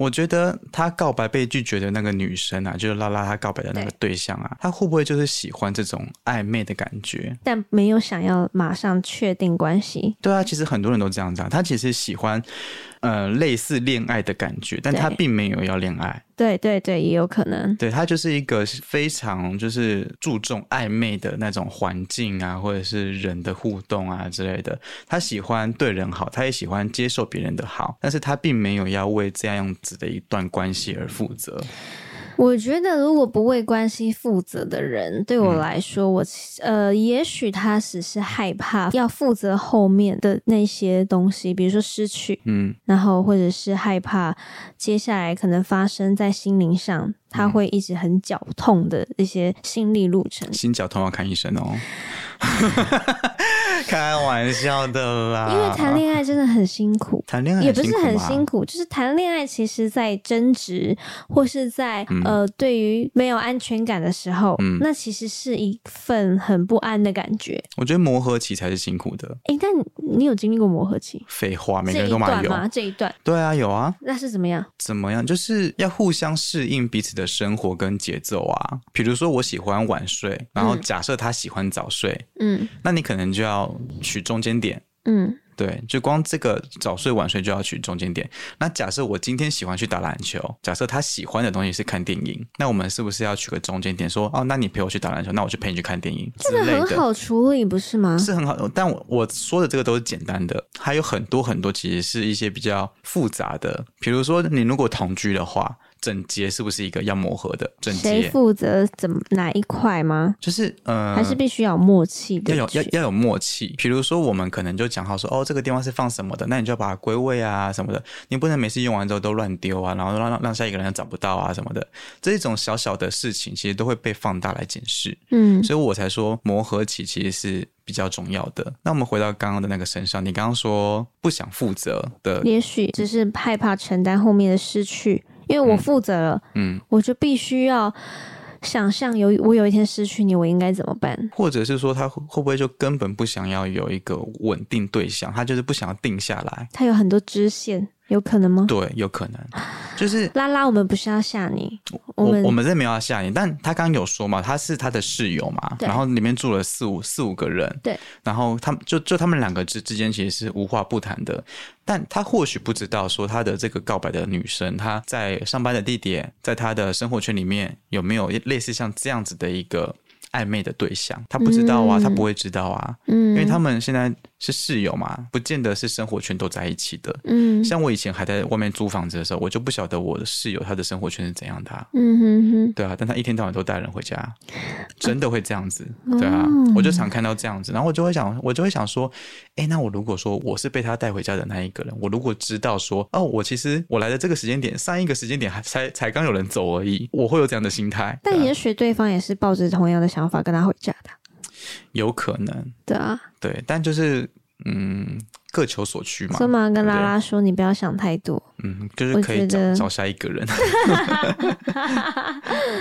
[SPEAKER 2] 我觉得他告白被拒绝的那个女生啊，就是拉拉他告白的那个对象啊，他会不会就是喜欢这种暧昧的感觉？
[SPEAKER 1] 但没有想要马上确定关系。
[SPEAKER 2] 对啊，其实很多人都这样子啊，他其实喜欢呃类似恋爱的感觉，但他
[SPEAKER 1] 对
[SPEAKER 2] 并没有要恋爱，
[SPEAKER 1] 对对对，也有可能。
[SPEAKER 2] 对他就是一个非常就是注重暧昧的那种环境啊，或者是人的互动啊之类的。他喜欢对人好，他也喜欢接受别人的好，但是他并没有要为这样子的一段关系而负责。
[SPEAKER 1] 我觉得，如果不为关系负责的人，对我来说，我其呃，也许他只是害怕要负责后面的那些东西，比如说失去，
[SPEAKER 2] 嗯
[SPEAKER 1] 然后或者是害怕接下来可能发生在心灵上，他会一直很绞痛的一些心理路程。
[SPEAKER 2] 心绞痛要看医生哦。 开玩笑的啦，
[SPEAKER 1] 因为谈恋爱真的很辛苦，
[SPEAKER 2] 谈恋爱
[SPEAKER 1] 也不是很辛
[SPEAKER 2] 嗯苦
[SPEAKER 1] 苦，就是谈恋爱，其实在争执或是在、
[SPEAKER 2] 嗯
[SPEAKER 1] 呃对于没有安全感的时候，
[SPEAKER 2] 嗯
[SPEAKER 1] 那其实是一份很不安的感觉。
[SPEAKER 2] 吧，我觉得磨合期才是辛苦的。
[SPEAKER 1] 诶，但你有经历过磨合期？
[SPEAKER 2] 废话，每
[SPEAKER 1] 这
[SPEAKER 2] 个人
[SPEAKER 1] 一
[SPEAKER 2] 都嘛
[SPEAKER 1] 段
[SPEAKER 2] 有，
[SPEAKER 1] 吗？这一段
[SPEAKER 2] 对啊，有啊，
[SPEAKER 1] 那是怎么样？
[SPEAKER 2] 怎么样？就是要互相适应彼此的生活跟节奏啊。比如说，我喜欢晚睡，然后
[SPEAKER 1] 嗯
[SPEAKER 2] 假设他喜欢早睡，
[SPEAKER 1] 嗯
[SPEAKER 2] 那你可能就要取中间点。
[SPEAKER 1] 嗯
[SPEAKER 2] 对，就光这个早睡晚睡就要取中间点。那假设我今天喜欢去打篮球，假设他喜欢的东西是看电影，那我们是不是要取个中间点，说哦，那你陪我去打篮球，那我去陪你去看电影之
[SPEAKER 1] 这个
[SPEAKER 2] 类
[SPEAKER 1] 很
[SPEAKER 2] 的。
[SPEAKER 1] 好处理，不是吗？
[SPEAKER 2] 是很好，但我我说的这个都是简单的，还有很多很多其实是一些比较复杂的，比如说你如果同居的话，整洁是不是一个要磨合的？整
[SPEAKER 1] 谁
[SPEAKER 2] 洁
[SPEAKER 1] 负责怎么哪一块吗？
[SPEAKER 2] 就是呃，
[SPEAKER 1] 还是必须要有默契
[SPEAKER 2] 要
[SPEAKER 1] 的
[SPEAKER 2] 有
[SPEAKER 1] 去？
[SPEAKER 2] 要要有默契。比如说我们可能就讲好说，哦，这个地方是放什么的，那你就要把它归位啊什么的，你不能每次用完之后都乱丢啊，然后让让让下一个人找不到啊什么的，这种小小的事情其实都会被放大来检视。
[SPEAKER 1] 嗯，
[SPEAKER 2] 所以我才说磨合期其实是比较重要的。那我们回到刚刚的那个身上，你刚刚说不想负责的，
[SPEAKER 1] 也许只是害怕承担后面的失去，因为我负责了，
[SPEAKER 2] 嗯，
[SPEAKER 1] 我就必须要想象有我有一天失去你，我应该怎么办？
[SPEAKER 2] 或者是说他会会不会就根本不想要有一个稳定对象，他就是不想要定下来。
[SPEAKER 1] 它有很多支线，有可能吗？
[SPEAKER 2] 对，有可能，就是
[SPEAKER 1] 拉拉，我们不是要吓你，我
[SPEAKER 2] 我
[SPEAKER 1] 们
[SPEAKER 2] 我们这没有要吓你，但他刚刚有说嘛，他是他的室友嘛，
[SPEAKER 1] 对
[SPEAKER 2] 然后里面住了四五四五个人，
[SPEAKER 1] 对，
[SPEAKER 2] 然后他们就就他们两个之之间其实是无话不谈的，但他或许不知道说他的这个告白的女生，她在上班的地点，在她的生活圈里面有没有类似像这样子的一个暧昧的对象，他不知道啊，
[SPEAKER 1] 嗯
[SPEAKER 2] 他不会知道啊，
[SPEAKER 1] 嗯，
[SPEAKER 2] 因为他们现在是室友嘛，不见得是生活圈都在一起的。
[SPEAKER 1] 嗯
[SPEAKER 2] 像我以前还在外面租房子的时候，我就不晓得我的室友他的生活圈是怎样的、啊。
[SPEAKER 1] 嗯哼哼，
[SPEAKER 2] 对啊，但他一天到晚都带人回家，真的会这样子，对啊，
[SPEAKER 1] 哦
[SPEAKER 2] 我就常看到这样子，然后我就会想，我就会想说，诶，那我如果说我是被他带回家的那一个人，我如果知道说，哦，我其实我来的这个时间点，上一个时间点还才才刚有人走而已，我会有这样的心态，
[SPEAKER 1] 但
[SPEAKER 2] 对啊
[SPEAKER 1] 也许对方也是抱着同样的想法跟他回家的。
[SPEAKER 2] 有可能，
[SPEAKER 1] 对啊，
[SPEAKER 2] 对，但就是嗯，各求所需嘛
[SPEAKER 1] 所，以嘛跟
[SPEAKER 2] 对
[SPEAKER 1] 拉拉说，你不要想太多。
[SPEAKER 2] 嗯，就是
[SPEAKER 1] 我
[SPEAKER 2] 可以
[SPEAKER 1] 觉
[SPEAKER 2] 找
[SPEAKER 1] 得
[SPEAKER 2] 找下一个人，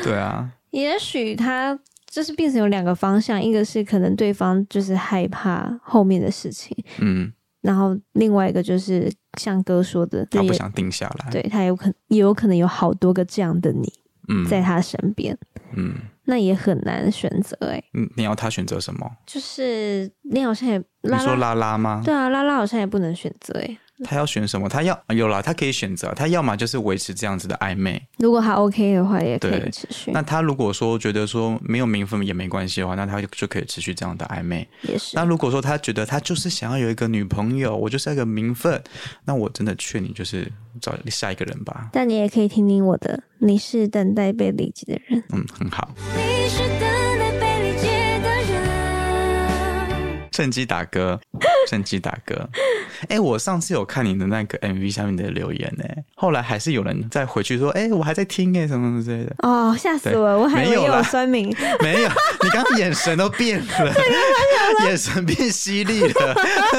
[SPEAKER 2] 对啊，
[SPEAKER 1] 也许他就是变成有两个方向，一个是可能对方就是害怕后面的事情，
[SPEAKER 2] 嗯，
[SPEAKER 1] 然后另外一个就是像哥说的，这
[SPEAKER 2] 他不
[SPEAKER 1] 也
[SPEAKER 2] 想定下来，
[SPEAKER 1] 对他有可能也有可能有好多个这样的你
[SPEAKER 2] 嗯
[SPEAKER 1] 在他身边，
[SPEAKER 2] 嗯，
[SPEAKER 1] 那也很难选择哎、
[SPEAKER 2] 你你要他选择什么？
[SPEAKER 1] 就是你好像也
[SPEAKER 2] 你
[SPEAKER 1] 拉
[SPEAKER 2] 说
[SPEAKER 1] 拉，
[SPEAKER 2] 拉拉吗？
[SPEAKER 1] 对啊，拉拉好像也不能选择哎、
[SPEAKER 2] 他要选什么？他要有啦，他可以选择，啊他要么就是维持这样子的暧昧。
[SPEAKER 1] 如果他 OK 的话，也可
[SPEAKER 2] 对
[SPEAKER 1] 以持续。
[SPEAKER 2] 那他如果说觉得说没有名分也没关系的话，那他就就可以持续这样的暧昧。
[SPEAKER 1] 也是
[SPEAKER 2] 那，如果说他觉得他就是想要有一个女朋友，我就是要一个名分，那我真的劝你就是找下一个人吧。
[SPEAKER 1] 但你也可以听听我的，你是等待被理解的人。
[SPEAKER 2] 嗯，很好，
[SPEAKER 3] 你是等待被理解的人。
[SPEAKER 2] 趁机打 歌，趁机打歌。哎、我上次有看你的那个 MV 下面的留言呢、后来还是有人再回去说，哎、我还在听哎、什么什么之类的。
[SPEAKER 1] 哦，吓死
[SPEAKER 2] 对
[SPEAKER 1] 我！我还以
[SPEAKER 2] 没
[SPEAKER 1] 为
[SPEAKER 2] 有啦
[SPEAKER 1] 有酸民，
[SPEAKER 2] 没有，你刚刚眼神都变了，眼神变犀利了。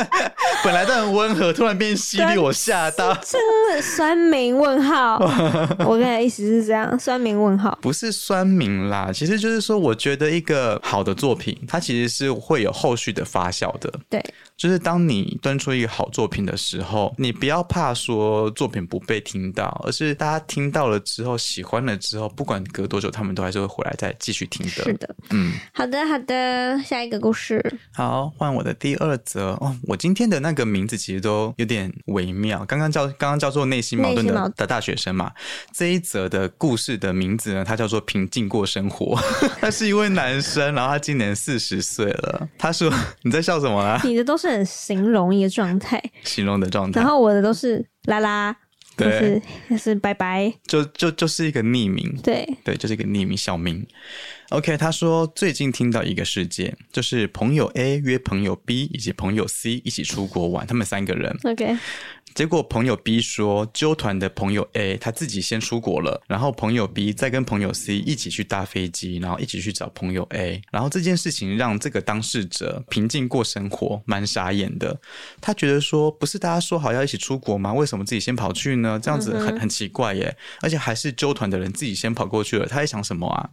[SPEAKER 2] 本来都很温和，突然变犀利，我吓到。
[SPEAKER 1] 真的酸民问号。 我刚才意思是这样，酸民问号。
[SPEAKER 2] 不是酸民啦，其实就是说，我觉得一个好的作品，它其实是会有后续的发酵的。
[SPEAKER 1] 对，
[SPEAKER 2] 就是当你端出一个好作品的时候，你不要怕说作品不被听到，而是大家听到了之后，喜欢了之后，不管隔多久，他们都还是会回来再继续听的。
[SPEAKER 1] 是的，
[SPEAKER 2] 嗯。
[SPEAKER 1] 好的，好的，下一个故事。
[SPEAKER 2] 好，换我的第二则哦。我今天的那个名字其实都有点微妙，刚刚叫刚刚叫做内心矛盾
[SPEAKER 1] 内心矛
[SPEAKER 2] 的的大学生嘛。这一则的故事的名字呢，它叫做平静过生活。 他是一位男生，然后他今年四十岁了。他说：“你在笑什 么啊？
[SPEAKER 1] 你的都是很形容一个状 态，
[SPEAKER 2] 形容的状态
[SPEAKER 1] 然，后我的都是啦啦，就
[SPEAKER 2] 对
[SPEAKER 1] 是就是拜拜，
[SPEAKER 2] 就就就是一个匿名，
[SPEAKER 1] 对，
[SPEAKER 2] 对，就是一个匿名小名。OK，他说最近听到一个事件，就是朋友 A 约朋友 B 以及朋友 C 一起出国玩，他们三个人。
[SPEAKER 1] OK，
[SPEAKER 2] 结果朋友 B 说，纠团的朋友 A 他自己先出国了，然后朋友 B 再跟朋友 C 一起去搭飞机，然后一起去找朋友 A，然后这件事情让这个当事者平静过生活，蛮傻眼的。他觉得说，不是大家说好要一起出国吗？为什么自己先跑去呢？这样子很很奇怪耶，而且还是纠团的人自己先跑过去了，他在想什么啊？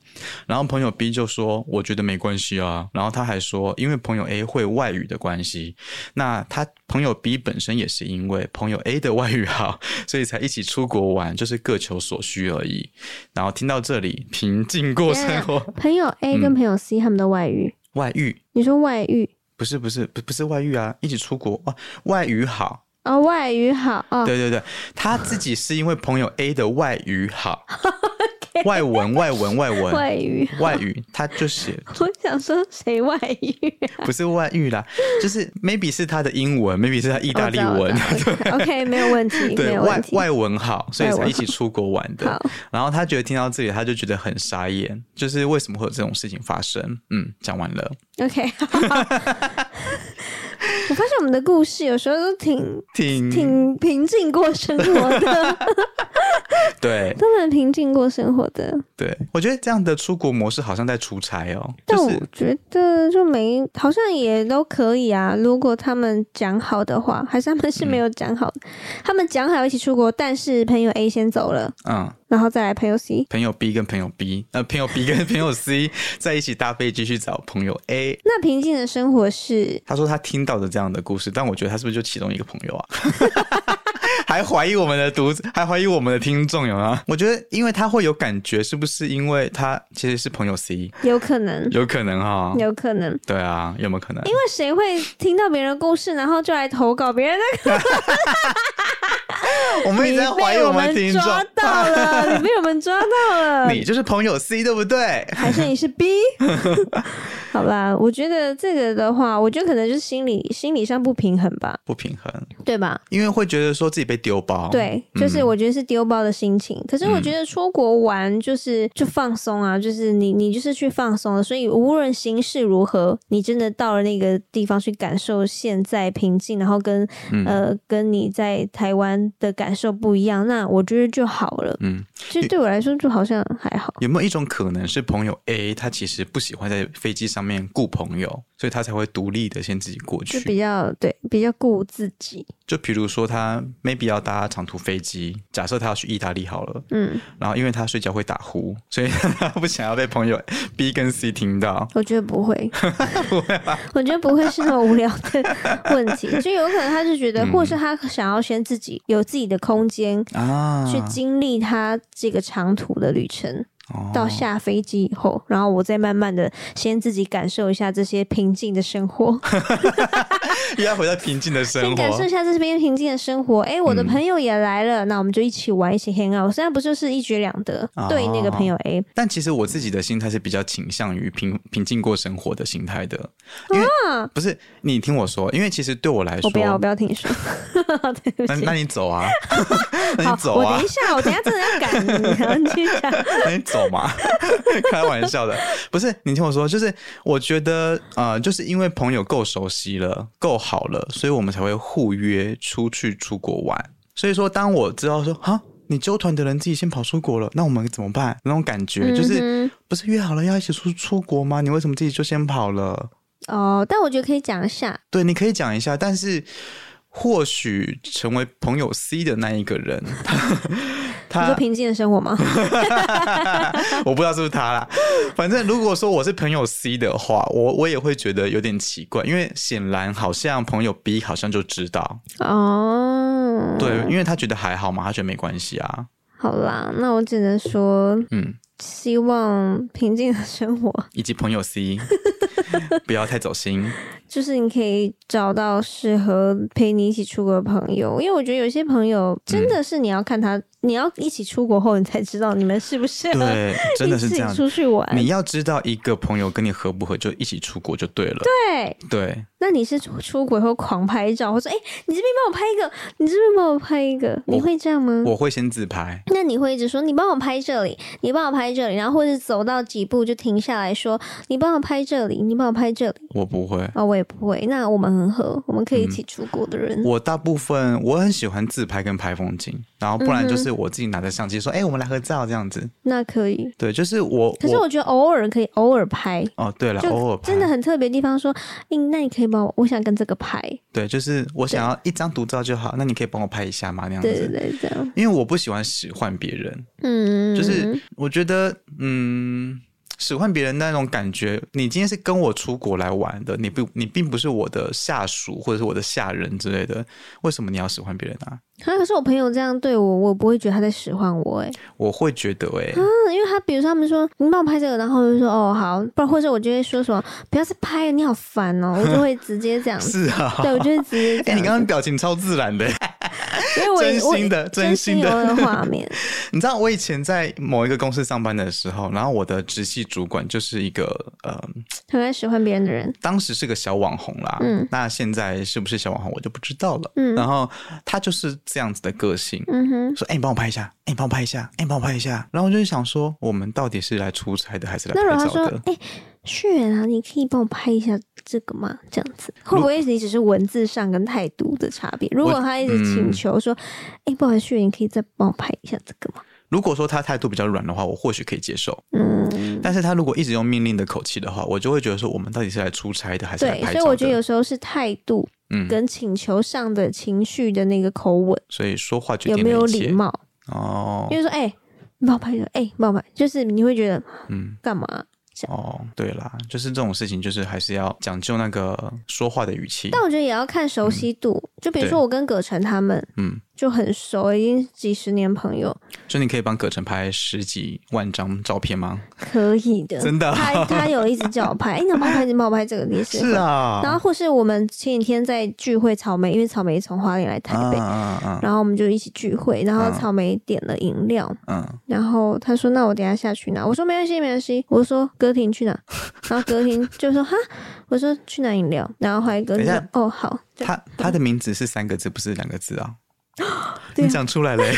[SPEAKER 2] 然后朋友 B 就说，我觉得没关系啊。然后他还说，因为朋友 A 会外语的关系，那他朋友 B 本身也是因为朋友 A 的外语好， 所以才一起出国玩，就是各求所需而已。然后听到这里，平静过生活，
[SPEAKER 1] 朋友
[SPEAKER 2] 嗯
[SPEAKER 1] A 跟朋友 C 他们的外遇，
[SPEAKER 2] 外遇
[SPEAKER 1] 你说外遇
[SPEAKER 2] 不是不是不不是外遇啊，一起出国哇，外语好，
[SPEAKER 1] 哦，外语好哦，
[SPEAKER 2] 对对对，他自己是因为朋友 A 的外语 好，外文外文外文
[SPEAKER 1] 外语，
[SPEAKER 2] 外语，他就写
[SPEAKER 1] 我想说谁外遇啊？
[SPEAKER 2] 不是外遇 啦，就是 maybe 是他的英文，maybe 是他意大利
[SPEAKER 1] 哦我
[SPEAKER 2] 文
[SPEAKER 1] 知，道我知道 OK，没有问题，没
[SPEAKER 2] 对
[SPEAKER 1] 有
[SPEAKER 2] 外
[SPEAKER 1] 问题。
[SPEAKER 2] 外文好，所以才一起出国玩的
[SPEAKER 1] 好。，
[SPEAKER 2] 然后他觉得听到这里，他就觉得很傻眼，就是为什么会有这种事情发生？嗯，讲完了，
[SPEAKER 1] OK，好 我发现我们的故事有时候都挺
[SPEAKER 2] 挺
[SPEAKER 1] 挺平静过生活 的，
[SPEAKER 2] 对
[SPEAKER 1] 都蛮平静过生活的。
[SPEAKER 2] 对，我觉得这样的出国模式好像在出差哦，
[SPEAKER 1] 但
[SPEAKER 2] 就
[SPEAKER 1] 我
[SPEAKER 2] 是
[SPEAKER 1] 觉得就没，好像也都可以啊。如果他们讲好的话，还是他们
[SPEAKER 2] 嗯
[SPEAKER 1] 是没有讲好的。他们讲好一起出国，但是朋友 A 先走了，
[SPEAKER 2] 嗯，
[SPEAKER 1] 然后再来朋友 C。
[SPEAKER 2] 朋友 B 跟朋友 B，呃，朋友 B 跟朋友 C 在一起搭飞机去找朋友 A。
[SPEAKER 1] 那平静的生活是
[SPEAKER 2] 他说他听到的这样的故事，但我觉得他是不是就其中一个朋 友啊？还怀疑我们的读者，还怀疑我们的听众有吗？我觉得，因为他会有感觉，是不是因为他其实是朋友 C，
[SPEAKER 1] 有可能，
[SPEAKER 2] 有可能哈、
[SPEAKER 1] 有可能。
[SPEAKER 2] 对啊，有没有可能？
[SPEAKER 1] 那谁会听到别人的故事，然后就来投稿别人的？
[SPEAKER 2] 我们一直在怀疑
[SPEAKER 1] 你被我
[SPEAKER 2] 们
[SPEAKER 1] 们
[SPEAKER 2] 听众，
[SPEAKER 1] 抓到了，你被我们抓到 了，
[SPEAKER 2] 你就是朋友 C 对不对？
[SPEAKER 1] 还是你是 B？好啦，我觉得这个的话，我觉得可能就是心理心理上不平衡吧，
[SPEAKER 2] 不平衡，
[SPEAKER 1] 对吧？
[SPEAKER 2] 因为会觉得说自己被丢包。
[SPEAKER 1] 对，就是我觉得是丢包的心情。可
[SPEAKER 2] 嗯
[SPEAKER 1] 是我觉得出国玩就是就放松啊，就是你你就是去放松了。所以无论形势如何，你真的到了那个地方去感受现在平静，然后跟、
[SPEAKER 2] 嗯
[SPEAKER 1] 呃跟你在台湾的感受不一样，那我觉得就好了。
[SPEAKER 2] 嗯，
[SPEAKER 1] 其实对我来说就好像还好。
[SPEAKER 2] 有没有一种可能是朋友 A 他其实不喜欢在飞机上面顾朋友，所以他才会独立的先自己过
[SPEAKER 1] 就
[SPEAKER 2] 去？
[SPEAKER 1] 比较对，比较顾自己，
[SPEAKER 2] 就比如说他 maybe 要搭长途飞机，假设他要去意大利好了，
[SPEAKER 1] 嗯，
[SPEAKER 2] 然后因为他睡觉会打呼，所以他不想要被朋友 B 跟 C 听到。
[SPEAKER 1] 我觉得不 会， 我觉得不会是那么无聊的 问题，就有可能他就觉得，或
[SPEAKER 2] 嗯
[SPEAKER 1] 是他想要先自己有自己的空间。
[SPEAKER 2] 啊，
[SPEAKER 1] 去经历他这个长途的旅程，
[SPEAKER 2] 哦
[SPEAKER 1] 到下飞机以后，然后我再慢慢的先自己感受一下这些平静的生活，
[SPEAKER 2] 又要回到平静的
[SPEAKER 1] 先
[SPEAKER 2] 生
[SPEAKER 1] 感受
[SPEAKER 2] 活嗯
[SPEAKER 1] 一。下这边平静的生活。哎，我的朋友也来了，那我们就一起玩，一起 hang out。虽然不就是一举两得，
[SPEAKER 2] 哦
[SPEAKER 1] 对那个朋友 A，
[SPEAKER 2] 但其实我自己的心态是比较倾向于平平静过生活的心态的，因为、不是你听我说，因为其实对我来说，
[SPEAKER 1] 啊我不要，我不要听你说， 对不
[SPEAKER 2] 那
[SPEAKER 1] 起
[SPEAKER 2] 那。你 走啊， 那
[SPEAKER 1] 好
[SPEAKER 2] 你，走
[SPEAKER 1] 我
[SPEAKER 2] 啊
[SPEAKER 1] 等一， 下，我等一下真的要赶你，然后你继续讲。
[SPEAKER 2] 那你走嘛， 开玩笑的，不是你听我说，就是我觉得呃，就是因为朋友够熟悉了，够好了，所以我们才会互约出去出国玩。所以说，当我知道说哈，你纠团的人自己先跑出国了，那我们怎么办？那种感觉、就是
[SPEAKER 1] 嗯
[SPEAKER 2] 不是约好了要一起出出国吗？你为什么自己就先跑了？
[SPEAKER 1] 哼哦，但我觉得可以讲一下，
[SPEAKER 2] 对，你可以讲一下，但是或许成为朋友 C 的那一个人，
[SPEAKER 1] 你说
[SPEAKER 2] 他
[SPEAKER 1] 平静的生活 吗？
[SPEAKER 2] 我不知道是不是他啦。反正如果说我是朋友 C 的话，我我也会觉得有点奇怪，因为显然好像朋友 B 好像就知道，
[SPEAKER 1] 哦，
[SPEAKER 2] 对，因为他觉得还好嘛，他觉得没关系啊。
[SPEAKER 1] 好啦，那我只能说，
[SPEAKER 2] 嗯，
[SPEAKER 1] 希望平静的生活，
[SPEAKER 2] 以及朋 友 C 不要太走心，
[SPEAKER 1] 就是你可以找到适合陪你一起出国的朋友，因为我觉得有些朋友真
[SPEAKER 2] 嗯
[SPEAKER 1] 的是你要看他，你要一起出国后，你才知道你们适不适合
[SPEAKER 2] 对，真的是
[SPEAKER 1] 一
[SPEAKER 2] 这
[SPEAKER 1] 起
[SPEAKER 2] 样。
[SPEAKER 1] 出去玩。
[SPEAKER 2] 你要知道一个朋友跟你合不合，就一起出国就对了。
[SPEAKER 1] 对，
[SPEAKER 2] 对，
[SPEAKER 1] 那你是出出国后狂拍照，或者哎、你这边帮我拍一个，你这边帮我拍一个，
[SPEAKER 2] 我
[SPEAKER 1] 你会这样吗？
[SPEAKER 2] 我会先自拍。
[SPEAKER 1] 那你会一直说你帮我拍这里，你帮我拍这里，然后或者走到几步就停下来说你帮我拍这里，你帮我拍这里。
[SPEAKER 2] 我不会，
[SPEAKER 1] 啊、我也不会。那我们很合，我们可以一起出国的人。
[SPEAKER 2] 嗯我大部分我很喜欢自拍跟拍风景，然后不然
[SPEAKER 1] 嗯
[SPEAKER 2] 就是我自己拿着相机说：“哎、我们来合照。”这样子，
[SPEAKER 1] 那可以。
[SPEAKER 2] 对，就是我。
[SPEAKER 1] 可是我觉得偶尔可以偶尔拍，
[SPEAKER 2] 哦，对了，
[SPEAKER 1] 就
[SPEAKER 2] 偶尔拍
[SPEAKER 1] 真的很特别的地方说，嗯，那你可以帮我，我想跟这个拍。
[SPEAKER 2] 对，就是我想要一张独照就好，那你可以帮我拍一下吗？那样子，
[SPEAKER 1] 对对对，这样。
[SPEAKER 2] 因为我不喜欢使唤别人，
[SPEAKER 1] 嗯，
[SPEAKER 2] 就是我觉得，嗯。使唤别人那种感觉，你今天是跟我出国来玩的，你不，你并不是我的下属或者是我的下人之类的，为什么你要使唤别人啊？
[SPEAKER 1] 啊，可是我朋友这样对我，我不会觉得他在使唤我哎、
[SPEAKER 2] 我会觉得、欸，。
[SPEAKER 1] 嗯，因为他比如说他们说你帮我拍这个，然后我就说哦好，不然或者我就会说什么不要再拍了，你好烦哦，我就会直接这样
[SPEAKER 2] 是啊，
[SPEAKER 1] 对，我就会直接这
[SPEAKER 2] 哎、
[SPEAKER 1] 样。
[SPEAKER 2] 你刚刚表情超自然的，欸
[SPEAKER 1] 因为我
[SPEAKER 2] 真
[SPEAKER 1] 我
[SPEAKER 2] 心的真
[SPEAKER 1] 真
[SPEAKER 2] 心的
[SPEAKER 1] 有那个画面，
[SPEAKER 2] 你知道我以前在某一个公司上班的时候，然后我的直系主管就是一个呃，
[SPEAKER 1] 很爱使唤别人的人。
[SPEAKER 2] 当时是个小网红啦，
[SPEAKER 1] 嗯
[SPEAKER 2] 那现在是不是小网红我就不知道了。
[SPEAKER 1] 嗯
[SPEAKER 2] 然后他就是这样子的个性，
[SPEAKER 1] 嗯哼，
[SPEAKER 2] 说：“哎、你帮我拍一下，哎、你帮我拍一下，哎、你帮我拍一下。”然后我就想说，我们到底是来出差的还是来
[SPEAKER 1] 那如果他
[SPEAKER 2] 拍
[SPEAKER 1] 说
[SPEAKER 2] 照的？
[SPEAKER 1] 哎。旭远啊，你可以帮我拍一下这个吗？这样子会不会你只是文字上跟态度的差别？如果他一直
[SPEAKER 2] 嗯
[SPEAKER 1] 请求说，哎、不好意思，旭远，你可以再帮我拍一下这个吗？
[SPEAKER 2] 如果说他态度比较软的话，我或许可以接受。
[SPEAKER 1] 嗯，
[SPEAKER 2] 但是他如果一直用命令的口气的话，我就会觉得说，我们到底是来出差的还是来
[SPEAKER 1] 对，所
[SPEAKER 2] 拍照
[SPEAKER 1] 以
[SPEAKER 2] 的？
[SPEAKER 1] 我觉得有时候是态度
[SPEAKER 2] 嗯，
[SPEAKER 1] 跟请求上的情绪的那个口吻、
[SPEAKER 2] 所以说话决
[SPEAKER 1] 有
[SPEAKER 2] 定
[SPEAKER 1] 没有
[SPEAKER 2] 了一切
[SPEAKER 1] 礼貌，
[SPEAKER 2] 哦
[SPEAKER 1] 因，为说，哎、你帮我拍一下，哎、你帮我拍，就是你会觉得
[SPEAKER 2] 嗯。
[SPEAKER 1] 干嘛？
[SPEAKER 2] 哦，对啦，就是这种事情，就是还是要讲究那个说话的语气。
[SPEAKER 1] 但我觉得也要看熟悉度，就比如说我跟葛晨他们，
[SPEAKER 2] 嗯，
[SPEAKER 1] 就很熟，已经几十年朋友，
[SPEAKER 2] 所以你可以帮葛晨拍十几万张照片吗？
[SPEAKER 1] 可以的。
[SPEAKER 2] 真的
[SPEAKER 1] 他他有一直叫我拍， 哎、你怎么帮我拍？你帮我拍这个历史？。
[SPEAKER 2] 啊
[SPEAKER 1] 然后或是我们前几天在聚会，草莓，因为草莓从花莲来台北，
[SPEAKER 2] 啊
[SPEAKER 1] 然后我们就一起聚会，然后
[SPEAKER 2] 嗯
[SPEAKER 1] 草莓点了饮料，
[SPEAKER 2] 啊嗯，
[SPEAKER 1] 然后他说：“那我等一下下去拿。”我说：“没关系，没关系。”我说：“歌婷去哪？” 然后歌婷就说：“哈。”我说：“去拿饮料。”然后后来歌婷说
[SPEAKER 2] 等一下：“
[SPEAKER 1] 哦，好。对
[SPEAKER 2] 他他的名字是三个字，不是两个字啊。
[SPEAKER 1] 对啊
[SPEAKER 2] 你讲出来了欸，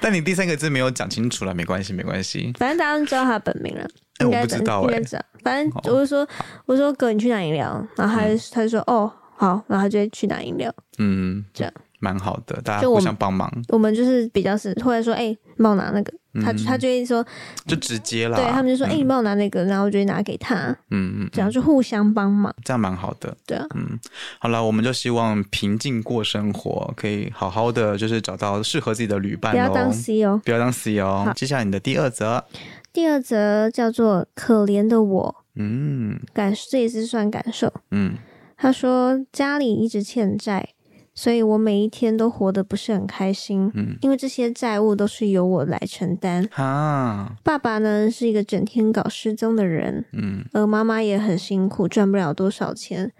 [SPEAKER 2] 但你第三个字没有讲清楚了，没关系，没关系。
[SPEAKER 1] 反正大家都知道他本名了，
[SPEAKER 2] 哎
[SPEAKER 1] 应该
[SPEAKER 2] 我不知道
[SPEAKER 1] 应该
[SPEAKER 2] 哎
[SPEAKER 1] 知道。反正
[SPEAKER 2] 好
[SPEAKER 1] 我就说：“我说哥，你去拿饮料。”然后他就、他就说：“哦，好。”然后他就会去拿饮料。
[SPEAKER 2] 嗯，
[SPEAKER 1] 这样
[SPEAKER 2] 蛮好的，大家
[SPEAKER 1] 就我
[SPEAKER 2] 互
[SPEAKER 1] 们
[SPEAKER 2] 相帮忙，
[SPEAKER 1] 我们就是比较是，或者说：“哎、你帮我拿那个。”他
[SPEAKER 2] 嗯
[SPEAKER 1] 他就会说：“
[SPEAKER 2] 就直接啦。
[SPEAKER 1] 对他们就说：“哎、
[SPEAKER 2] 嗯
[SPEAKER 1] 你帮我拿那个。”然后我就会拿给他，
[SPEAKER 2] 嗯嗯，
[SPEAKER 1] 这样就互相帮忙。
[SPEAKER 2] 这样蛮好的。
[SPEAKER 1] 对啊，
[SPEAKER 2] 嗯，好了，我们就希望平静过生活，可以好好的，就是找到适合自己的旅伴
[SPEAKER 1] 不要
[SPEAKER 2] 喽。
[SPEAKER 1] 当 C 哦。
[SPEAKER 2] 不要当 C 哦
[SPEAKER 1] 好。
[SPEAKER 2] 接下来你的第二则，
[SPEAKER 1] 第二则叫做“可怜的我”。
[SPEAKER 2] 嗯
[SPEAKER 1] 感这也是算感受。
[SPEAKER 2] 嗯，
[SPEAKER 1] 他说家里一直欠债，所以我每一天都活得不是很开心。
[SPEAKER 2] 嗯，
[SPEAKER 1] 因为这些债务都是由我来承担。
[SPEAKER 2] 哈，
[SPEAKER 1] 爸爸呢是一个整天搞失踪的人，
[SPEAKER 2] 嗯
[SPEAKER 1] 而妈妈也很辛苦，赚不了多少钱。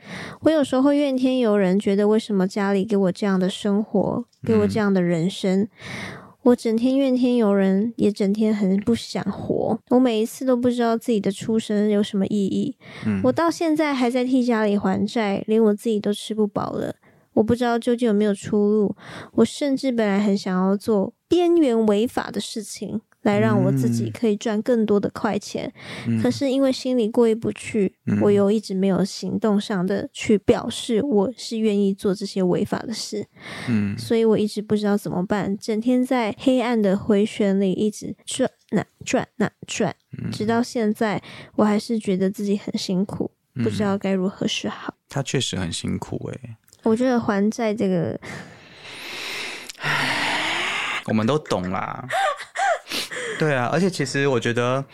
[SPEAKER 1] 我有时候会怨天尤人，觉得为什么家里给我这样的生活，给我这样的人生。我整天怨天尤人，也整天很不想活。我每一次都不知道自己的出生有什么意义。
[SPEAKER 2] 嗯
[SPEAKER 1] 我到现在还在替家里还债，连我自己都吃不饱了。我不知道究竟有没有出路。我甚至本来很想要做边缘违法的事情，来让我自己
[SPEAKER 2] 嗯
[SPEAKER 1] 可以赚更多的快钱。
[SPEAKER 2] 嗯
[SPEAKER 1] 可是因为心里过意不去，
[SPEAKER 2] 嗯
[SPEAKER 1] 我又一直没有行动上的去表示我是愿意做这些违法的事，
[SPEAKER 2] 嗯
[SPEAKER 1] 所以我一直不知道怎么办，整天在黑暗的回旋里一直转呐转呐转，
[SPEAKER 2] 嗯
[SPEAKER 1] 直到现在，我还是觉得自己很辛苦，不知
[SPEAKER 2] 嗯
[SPEAKER 1] 道该如何是好。
[SPEAKER 2] 他确实很辛苦哎、
[SPEAKER 1] 我觉得还债这个，
[SPEAKER 2] 我们都懂 啦。对啊，而且其实我觉得，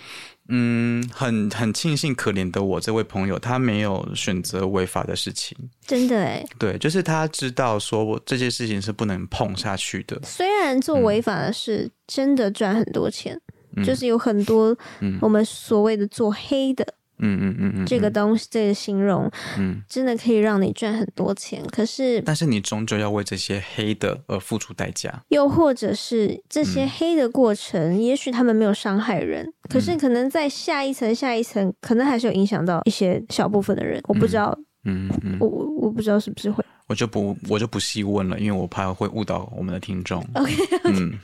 [SPEAKER 2] 嗯，很很庆幸可怜的我这位朋友，他没有选择违法的事情。
[SPEAKER 1] 真的欸诶，
[SPEAKER 2] 对，就是他知道说我这些事情是不能碰下去的。
[SPEAKER 1] 虽然做违法的事真的赚很多钱，
[SPEAKER 2] 嗯
[SPEAKER 1] 就是有很多
[SPEAKER 2] 嗯
[SPEAKER 1] 我们所谓的做黑的
[SPEAKER 2] 嗯嗯嗯嗯，
[SPEAKER 1] 这个东西，这个形容，
[SPEAKER 2] 嗯，
[SPEAKER 1] 真的可以让你赚很多钱。可是，
[SPEAKER 2] 但是你终究要为这些黑的而付出代价。
[SPEAKER 1] 又或者是这
[SPEAKER 2] 嗯
[SPEAKER 1] 些黑的过程，也许他们没有伤害人，可
[SPEAKER 2] 嗯
[SPEAKER 1] 是可能在下一层、下一层，可能还是有影响到一些小部分的人。我不知道，
[SPEAKER 2] 嗯嗯嗯，
[SPEAKER 1] 我我我不知道是不是 会。
[SPEAKER 2] 我就不我就不细问了，因为我怕会误导我们的听众。嗯，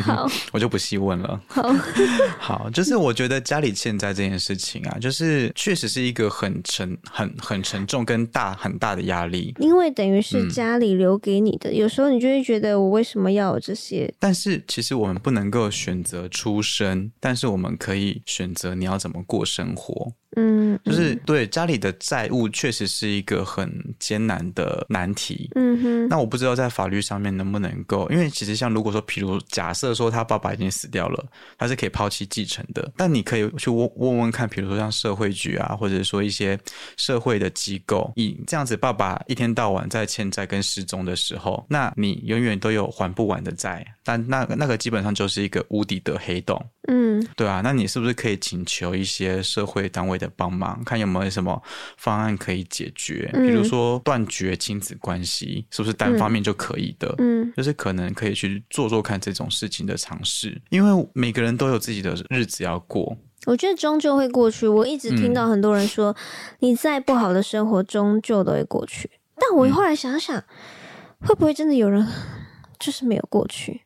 [SPEAKER 1] 好，
[SPEAKER 2] 我就不细问了。
[SPEAKER 1] 好，
[SPEAKER 2] 好，就是我觉得家里欠债这件事情啊，就是确实是一个很沉、很很沉重跟大很大的压力。
[SPEAKER 1] 因为等于
[SPEAKER 2] 嗯
[SPEAKER 1] 是家里留给你的，有时候你就会觉得我为什么要有这些？
[SPEAKER 2] 但是其实我们不能够选择出生，但是我们可以选择你要怎么过生活。
[SPEAKER 1] 嗯，
[SPEAKER 2] 就是对家里的债务确实是一个很艰难的难题。
[SPEAKER 1] 嗯哼，
[SPEAKER 2] 那我不知道在法律上面能不能够，因为其实像如果说，譬如假设说他爸爸已经死掉了，他是可以抛弃继承的，但你可以去问问问看，比如说像社会局啊，或者说一些社会的机构，以这样子爸爸一天到晚在欠债跟失踪的时候，那你永远都有还不完的债，但那那个基本上就是一个无底的黑洞。
[SPEAKER 1] 嗯
[SPEAKER 2] 对啊，那你是不是可以请求一些社会单位的帮忙，看有没有什么方案可以解决？
[SPEAKER 1] 嗯
[SPEAKER 2] 比如说断绝亲子关系，是不是单方面就可以的？
[SPEAKER 1] 嗯
[SPEAKER 2] 就是可能可以去做做看这种事情的尝试，因为每个人都有自己的日子要过。
[SPEAKER 1] 我觉得终究会过去。我一直听
[SPEAKER 2] 嗯
[SPEAKER 1] 到很多人说，你在不好的生活终究都会过去。但
[SPEAKER 2] 嗯
[SPEAKER 1] 我后来想想，会不会真的有人 就是没有过去？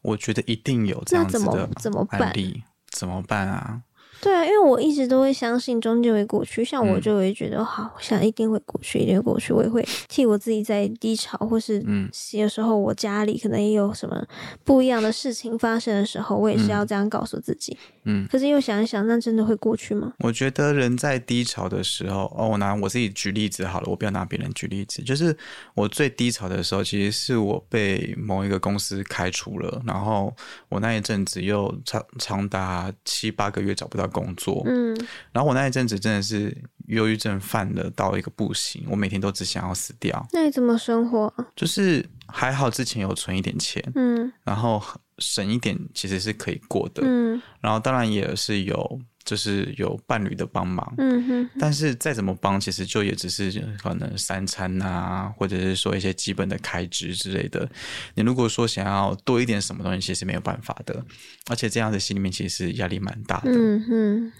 [SPEAKER 1] 我
[SPEAKER 2] 我觉得一定有这样子的
[SPEAKER 1] 那怎么怎么办
[SPEAKER 2] 案例，怎么办啊？
[SPEAKER 1] 对啊，因为我一直都会相信终究会过去。像
[SPEAKER 2] 嗯
[SPEAKER 1] 我就会觉得，好，我想一定会过去，一定会过去。我也会替我自己在低潮，或是
[SPEAKER 2] 嗯
[SPEAKER 1] 有时候我家里可能也有什么不一样的事情发生的时候，我也是要这样告诉自己。
[SPEAKER 2] 嗯
[SPEAKER 1] 可是又想一想，那真的会过去吗？
[SPEAKER 2] 我觉得人在低潮的时候，哦，我拿我自己举例子好了，我不要拿别人举例子。就是我最低潮的时候，其实是我被某一个公司开除了，然后我那一阵子又长长达七八个月找不到工作，
[SPEAKER 1] 嗯
[SPEAKER 2] 然后我那一阵子真的是忧郁症犯了到一个不行，我每天都只想要死掉，
[SPEAKER 1] 那你怎么生活啊？
[SPEAKER 2] 就是还好之前有存一点钱，
[SPEAKER 1] 嗯
[SPEAKER 2] 然后省一点其实是可以过的。
[SPEAKER 1] 嗯
[SPEAKER 2] 然后当然也是有就是有伴侣的帮忙，
[SPEAKER 1] 嗯哼，
[SPEAKER 2] 但是再怎么帮，其实就也只是可能三餐啊，或者是说一些基本的开支之类的。你如果说想要多一点什么东西，其实没有办法的，而且这样的心里面其实压力蛮大的。
[SPEAKER 1] 嗯哼，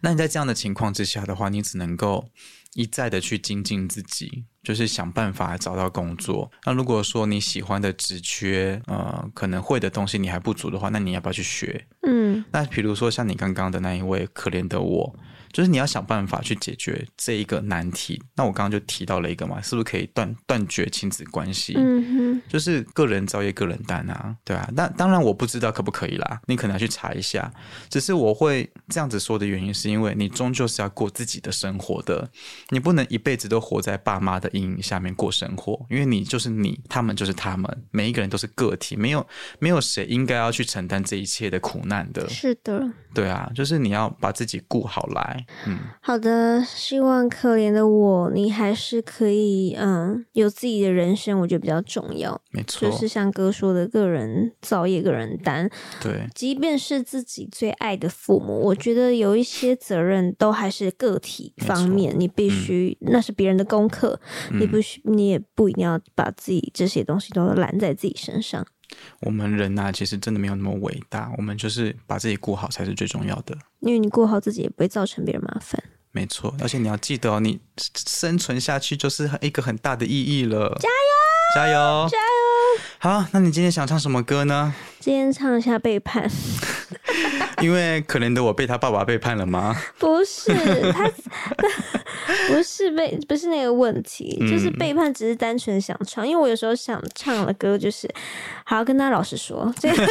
[SPEAKER 2] 那你在这样的情况之下的话，你只能够一再的去精进自己，就是想办法找到工作。那如果说你喜欢的职缺，呃，可能会的东西你还不足的话，那你要不要去学？
[SPEAKER 1] 嗯
[SPEAKER 2] 那比如说像你刚刚的那一位可怜的我，就是你要想办法去解决这一个难题。那我刚刚就提到了一个嘛，是不是可以断断绝亲子关系？
[SPEAKER 1] 嗯哼，
[SPEAKER 2] 就是个人造业个人担啊，对啊。那当然我不知道可不可以啦，你可能要去查一下。只是我会这样子说的原因，是因为你终究是要过自己的生活的，你不能一辈子都活在爸妈的阴影下面过生活，因为你就是你，他们就是他们，每一个人都是个体，没有没有谁应该要去承担这一切的苦难的。
[SPEAKER 1] 是的。
[SPEAKER 2] 对啊，就是你要把自己顾好来，嗯，
[SPEAKER 1] 好的，希望可怜的我，你还是可以，嗯，有自己的人生，我觉得比较重要。
[SPEAKER 2] 没
[SPEAKER 1] 就
[SPEAKER 2] 错，
[SPEAKER 1] 是像哥说的，个人造业，个人担。
[SPEAKER 2] 对，
[SPEAKER 1] 即便是自己最爱的父母，我觉得有一些责任都还是个体方面，你必须、那是别人的功课，你不需你也不一定要把自己这些东西都揽在自己身上。
[SPEAKER 2] 我们人呐、其实真的没有那么伟大，我们就是把自己顾好才是最重要的。
[SPEAKER 1] 因为你过好自己，也不会造成别人麻烦。
[SPEAKER 2] 没错，而且你要记得哦，你生存下去就是一个很大的意义了。加油，加油，加油！好，那你今天想唱什么歌呢？
[SPEAKER 1] 今天唱一下背叛，
[SPEAKER 2] 因为可怜的我被他爸爸背叛了吗？
[SPEAKER 1] 不是他， 不是被，不是那个问题，
[SPEAKER 2] 嗯
[SPEAKER 1] 就是背叛，只是单纯想唱。因为我有时候想唱的歌，就是好要跟大家老实说， 这个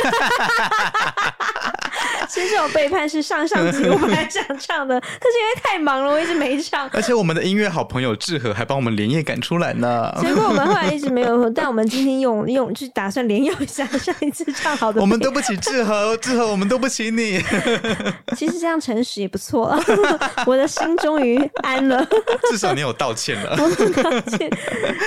[SPEAKER 1] 其实我背叛是上上集我本来想唱的，可是因为太忙了，我一直没 唱。
[SPEAKER 2] 而且我们的音乐好朋友志和还帮我们连夜赶出来呢。
[SPEAKER 1] 结果我们后来一直没有，但我们今天用用就打算连用一下 上一次唱好的。
[SPEAKER 2] 我们对不起志和，志和，我们对不起你。
[SPEAKER 1] 其实这样诚实也不错啊，我的心终于安了，
[SPEAKER 2] 至少你有道歉了。
[SPEAKER 1] 我很抱歉，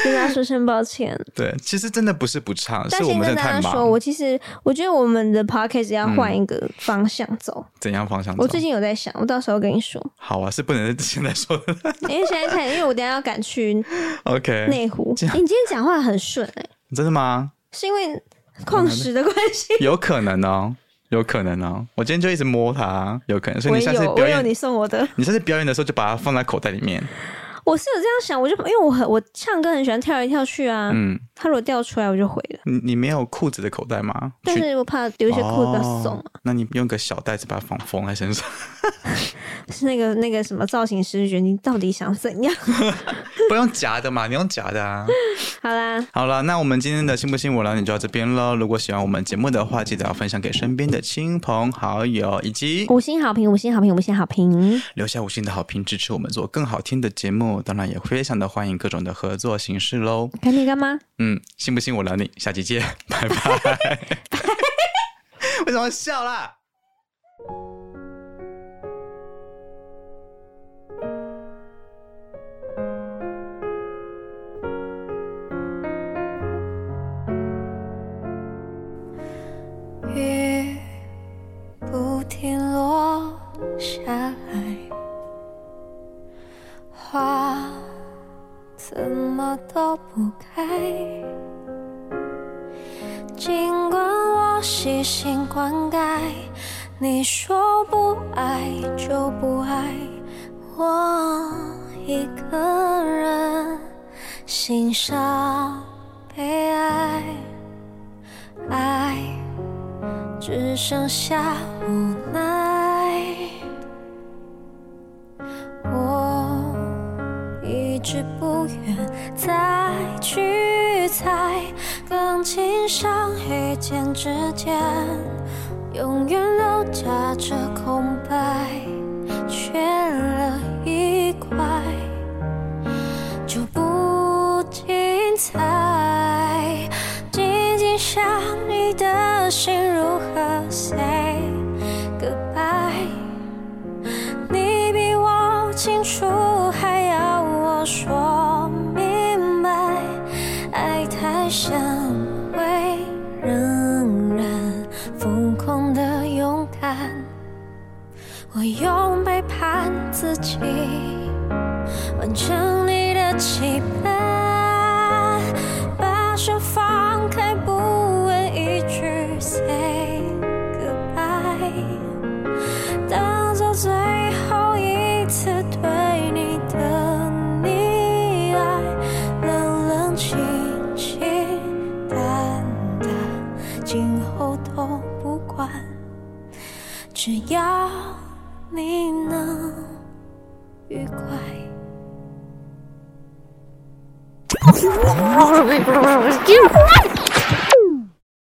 [SPEAKER 1] 跟大家说声抱歉。
[SPEAKER 2] 对，其实真的不是不唱，
[SPEAKER 1] 但
[SPEAKER 2] 是我
[SPEAKER 1] 先
[SPEAKER 2] 们
[SPEAKER 1] 跟
[SPEAKER 2] 真的
[SPEAKER 1] 大
[SPEAKER 2] 太
[SPEAKER 1] 家说，
[SPEAKER 2] 忙。
[SPEAKER 1] 我其实我觉得我们的 podcast 要换一个方向走。
[SPEAKER 2] 嗯怎样方向走？
[SPEAKER 1] 我最近有在想，我到时候跟你说，
[SPEAKER 2] 好啊，是不能现在说的。
[SPEAKER 1] 因为现在太，因为我等一下要赶去
[SPEAKER 2] OK，
[SPEAKER 1] 内 湖。诶你今天讲话很顺哎、
[SPEAKER 2] 真的吗？
[SPEAKER 1] 是因为
[SPEAKER 2] 嗯
[SPEAKER 1] 矿石的关系？
[SPEAKER 2] 有可能哦，有可能哦。我今天就一直摸它，有可能。所以
[SPEAKER 1] 我
[SPEAKER 2] 你下次
[SPEAKER 1] 有，我
[SPEAKER 2] 表
[SPEAKER 1] 有
[SPEAKER 2] 演，
[SPEAKER 1] 你送我的。
[SPEAKER 2] 你下次表演的时候就把它放在口袋里面。
[SPEAKER 1] 我是有这样想，我就因为我很我唱歌很喜欢跳来跳去啊，
[SPEAKER 2] 嗯，
[SPEAKER 1] 它如果掉出来我就毁了，
[SPEAKER 2] 你你没有裤子的口袋吗？
[SPEAKER 1] 但
[SPEAKER 2] 去
[SPEAKER 1] 是我怕留一些裤子要啊松
[SPEAKER 2] 哦，那你用个小袋子把它放缝在身上，
[SPEAKER 1] 是那个那个什么造型师就觉得你到底想怎样？
[SPEAKER 2] 不用夹的嘛，你用夹的啊。
[SPEAKER 1] 好啦，
[SPEAKER 2] 好了，那我们今天的信不信我聊你就到这边喽。如果喜欢我们节目的话，记得要分享给身边的亲朋好友，以及
[SPEAKER 1] 五星好评，五星好评，五星好评。
[SPEAKER 2] 留下五星的好评，支持我们做更好听的节目。当然也非常的欢迎各种的合作形式喽。
[SPEAKER 1] 干爹干妈，
[SPEAKER 2] 嗯，信不信我聊你，下期见， 拜拜。 为什么笑啦？
[SPEAKER 3] 雨不停落下来，花怎么都不开。尽管我细心灌溉，你说不爱就不爱，我一个人欣赏被爱，爱。只剩下无奈。我一直不愿再去猜，感情像一箭之间，永远都夹着空白，缺了一块就不精彩。紧紧想你的心如何 say goodbye？你比我清楚，还要我说明白，爱太深。用背叛自己，完成你的期盼，把手放开，不问一句 say goodbye，当做最后一次对你的溺爱，冷冷清清淡淡，今后都不管。只要你能愉快。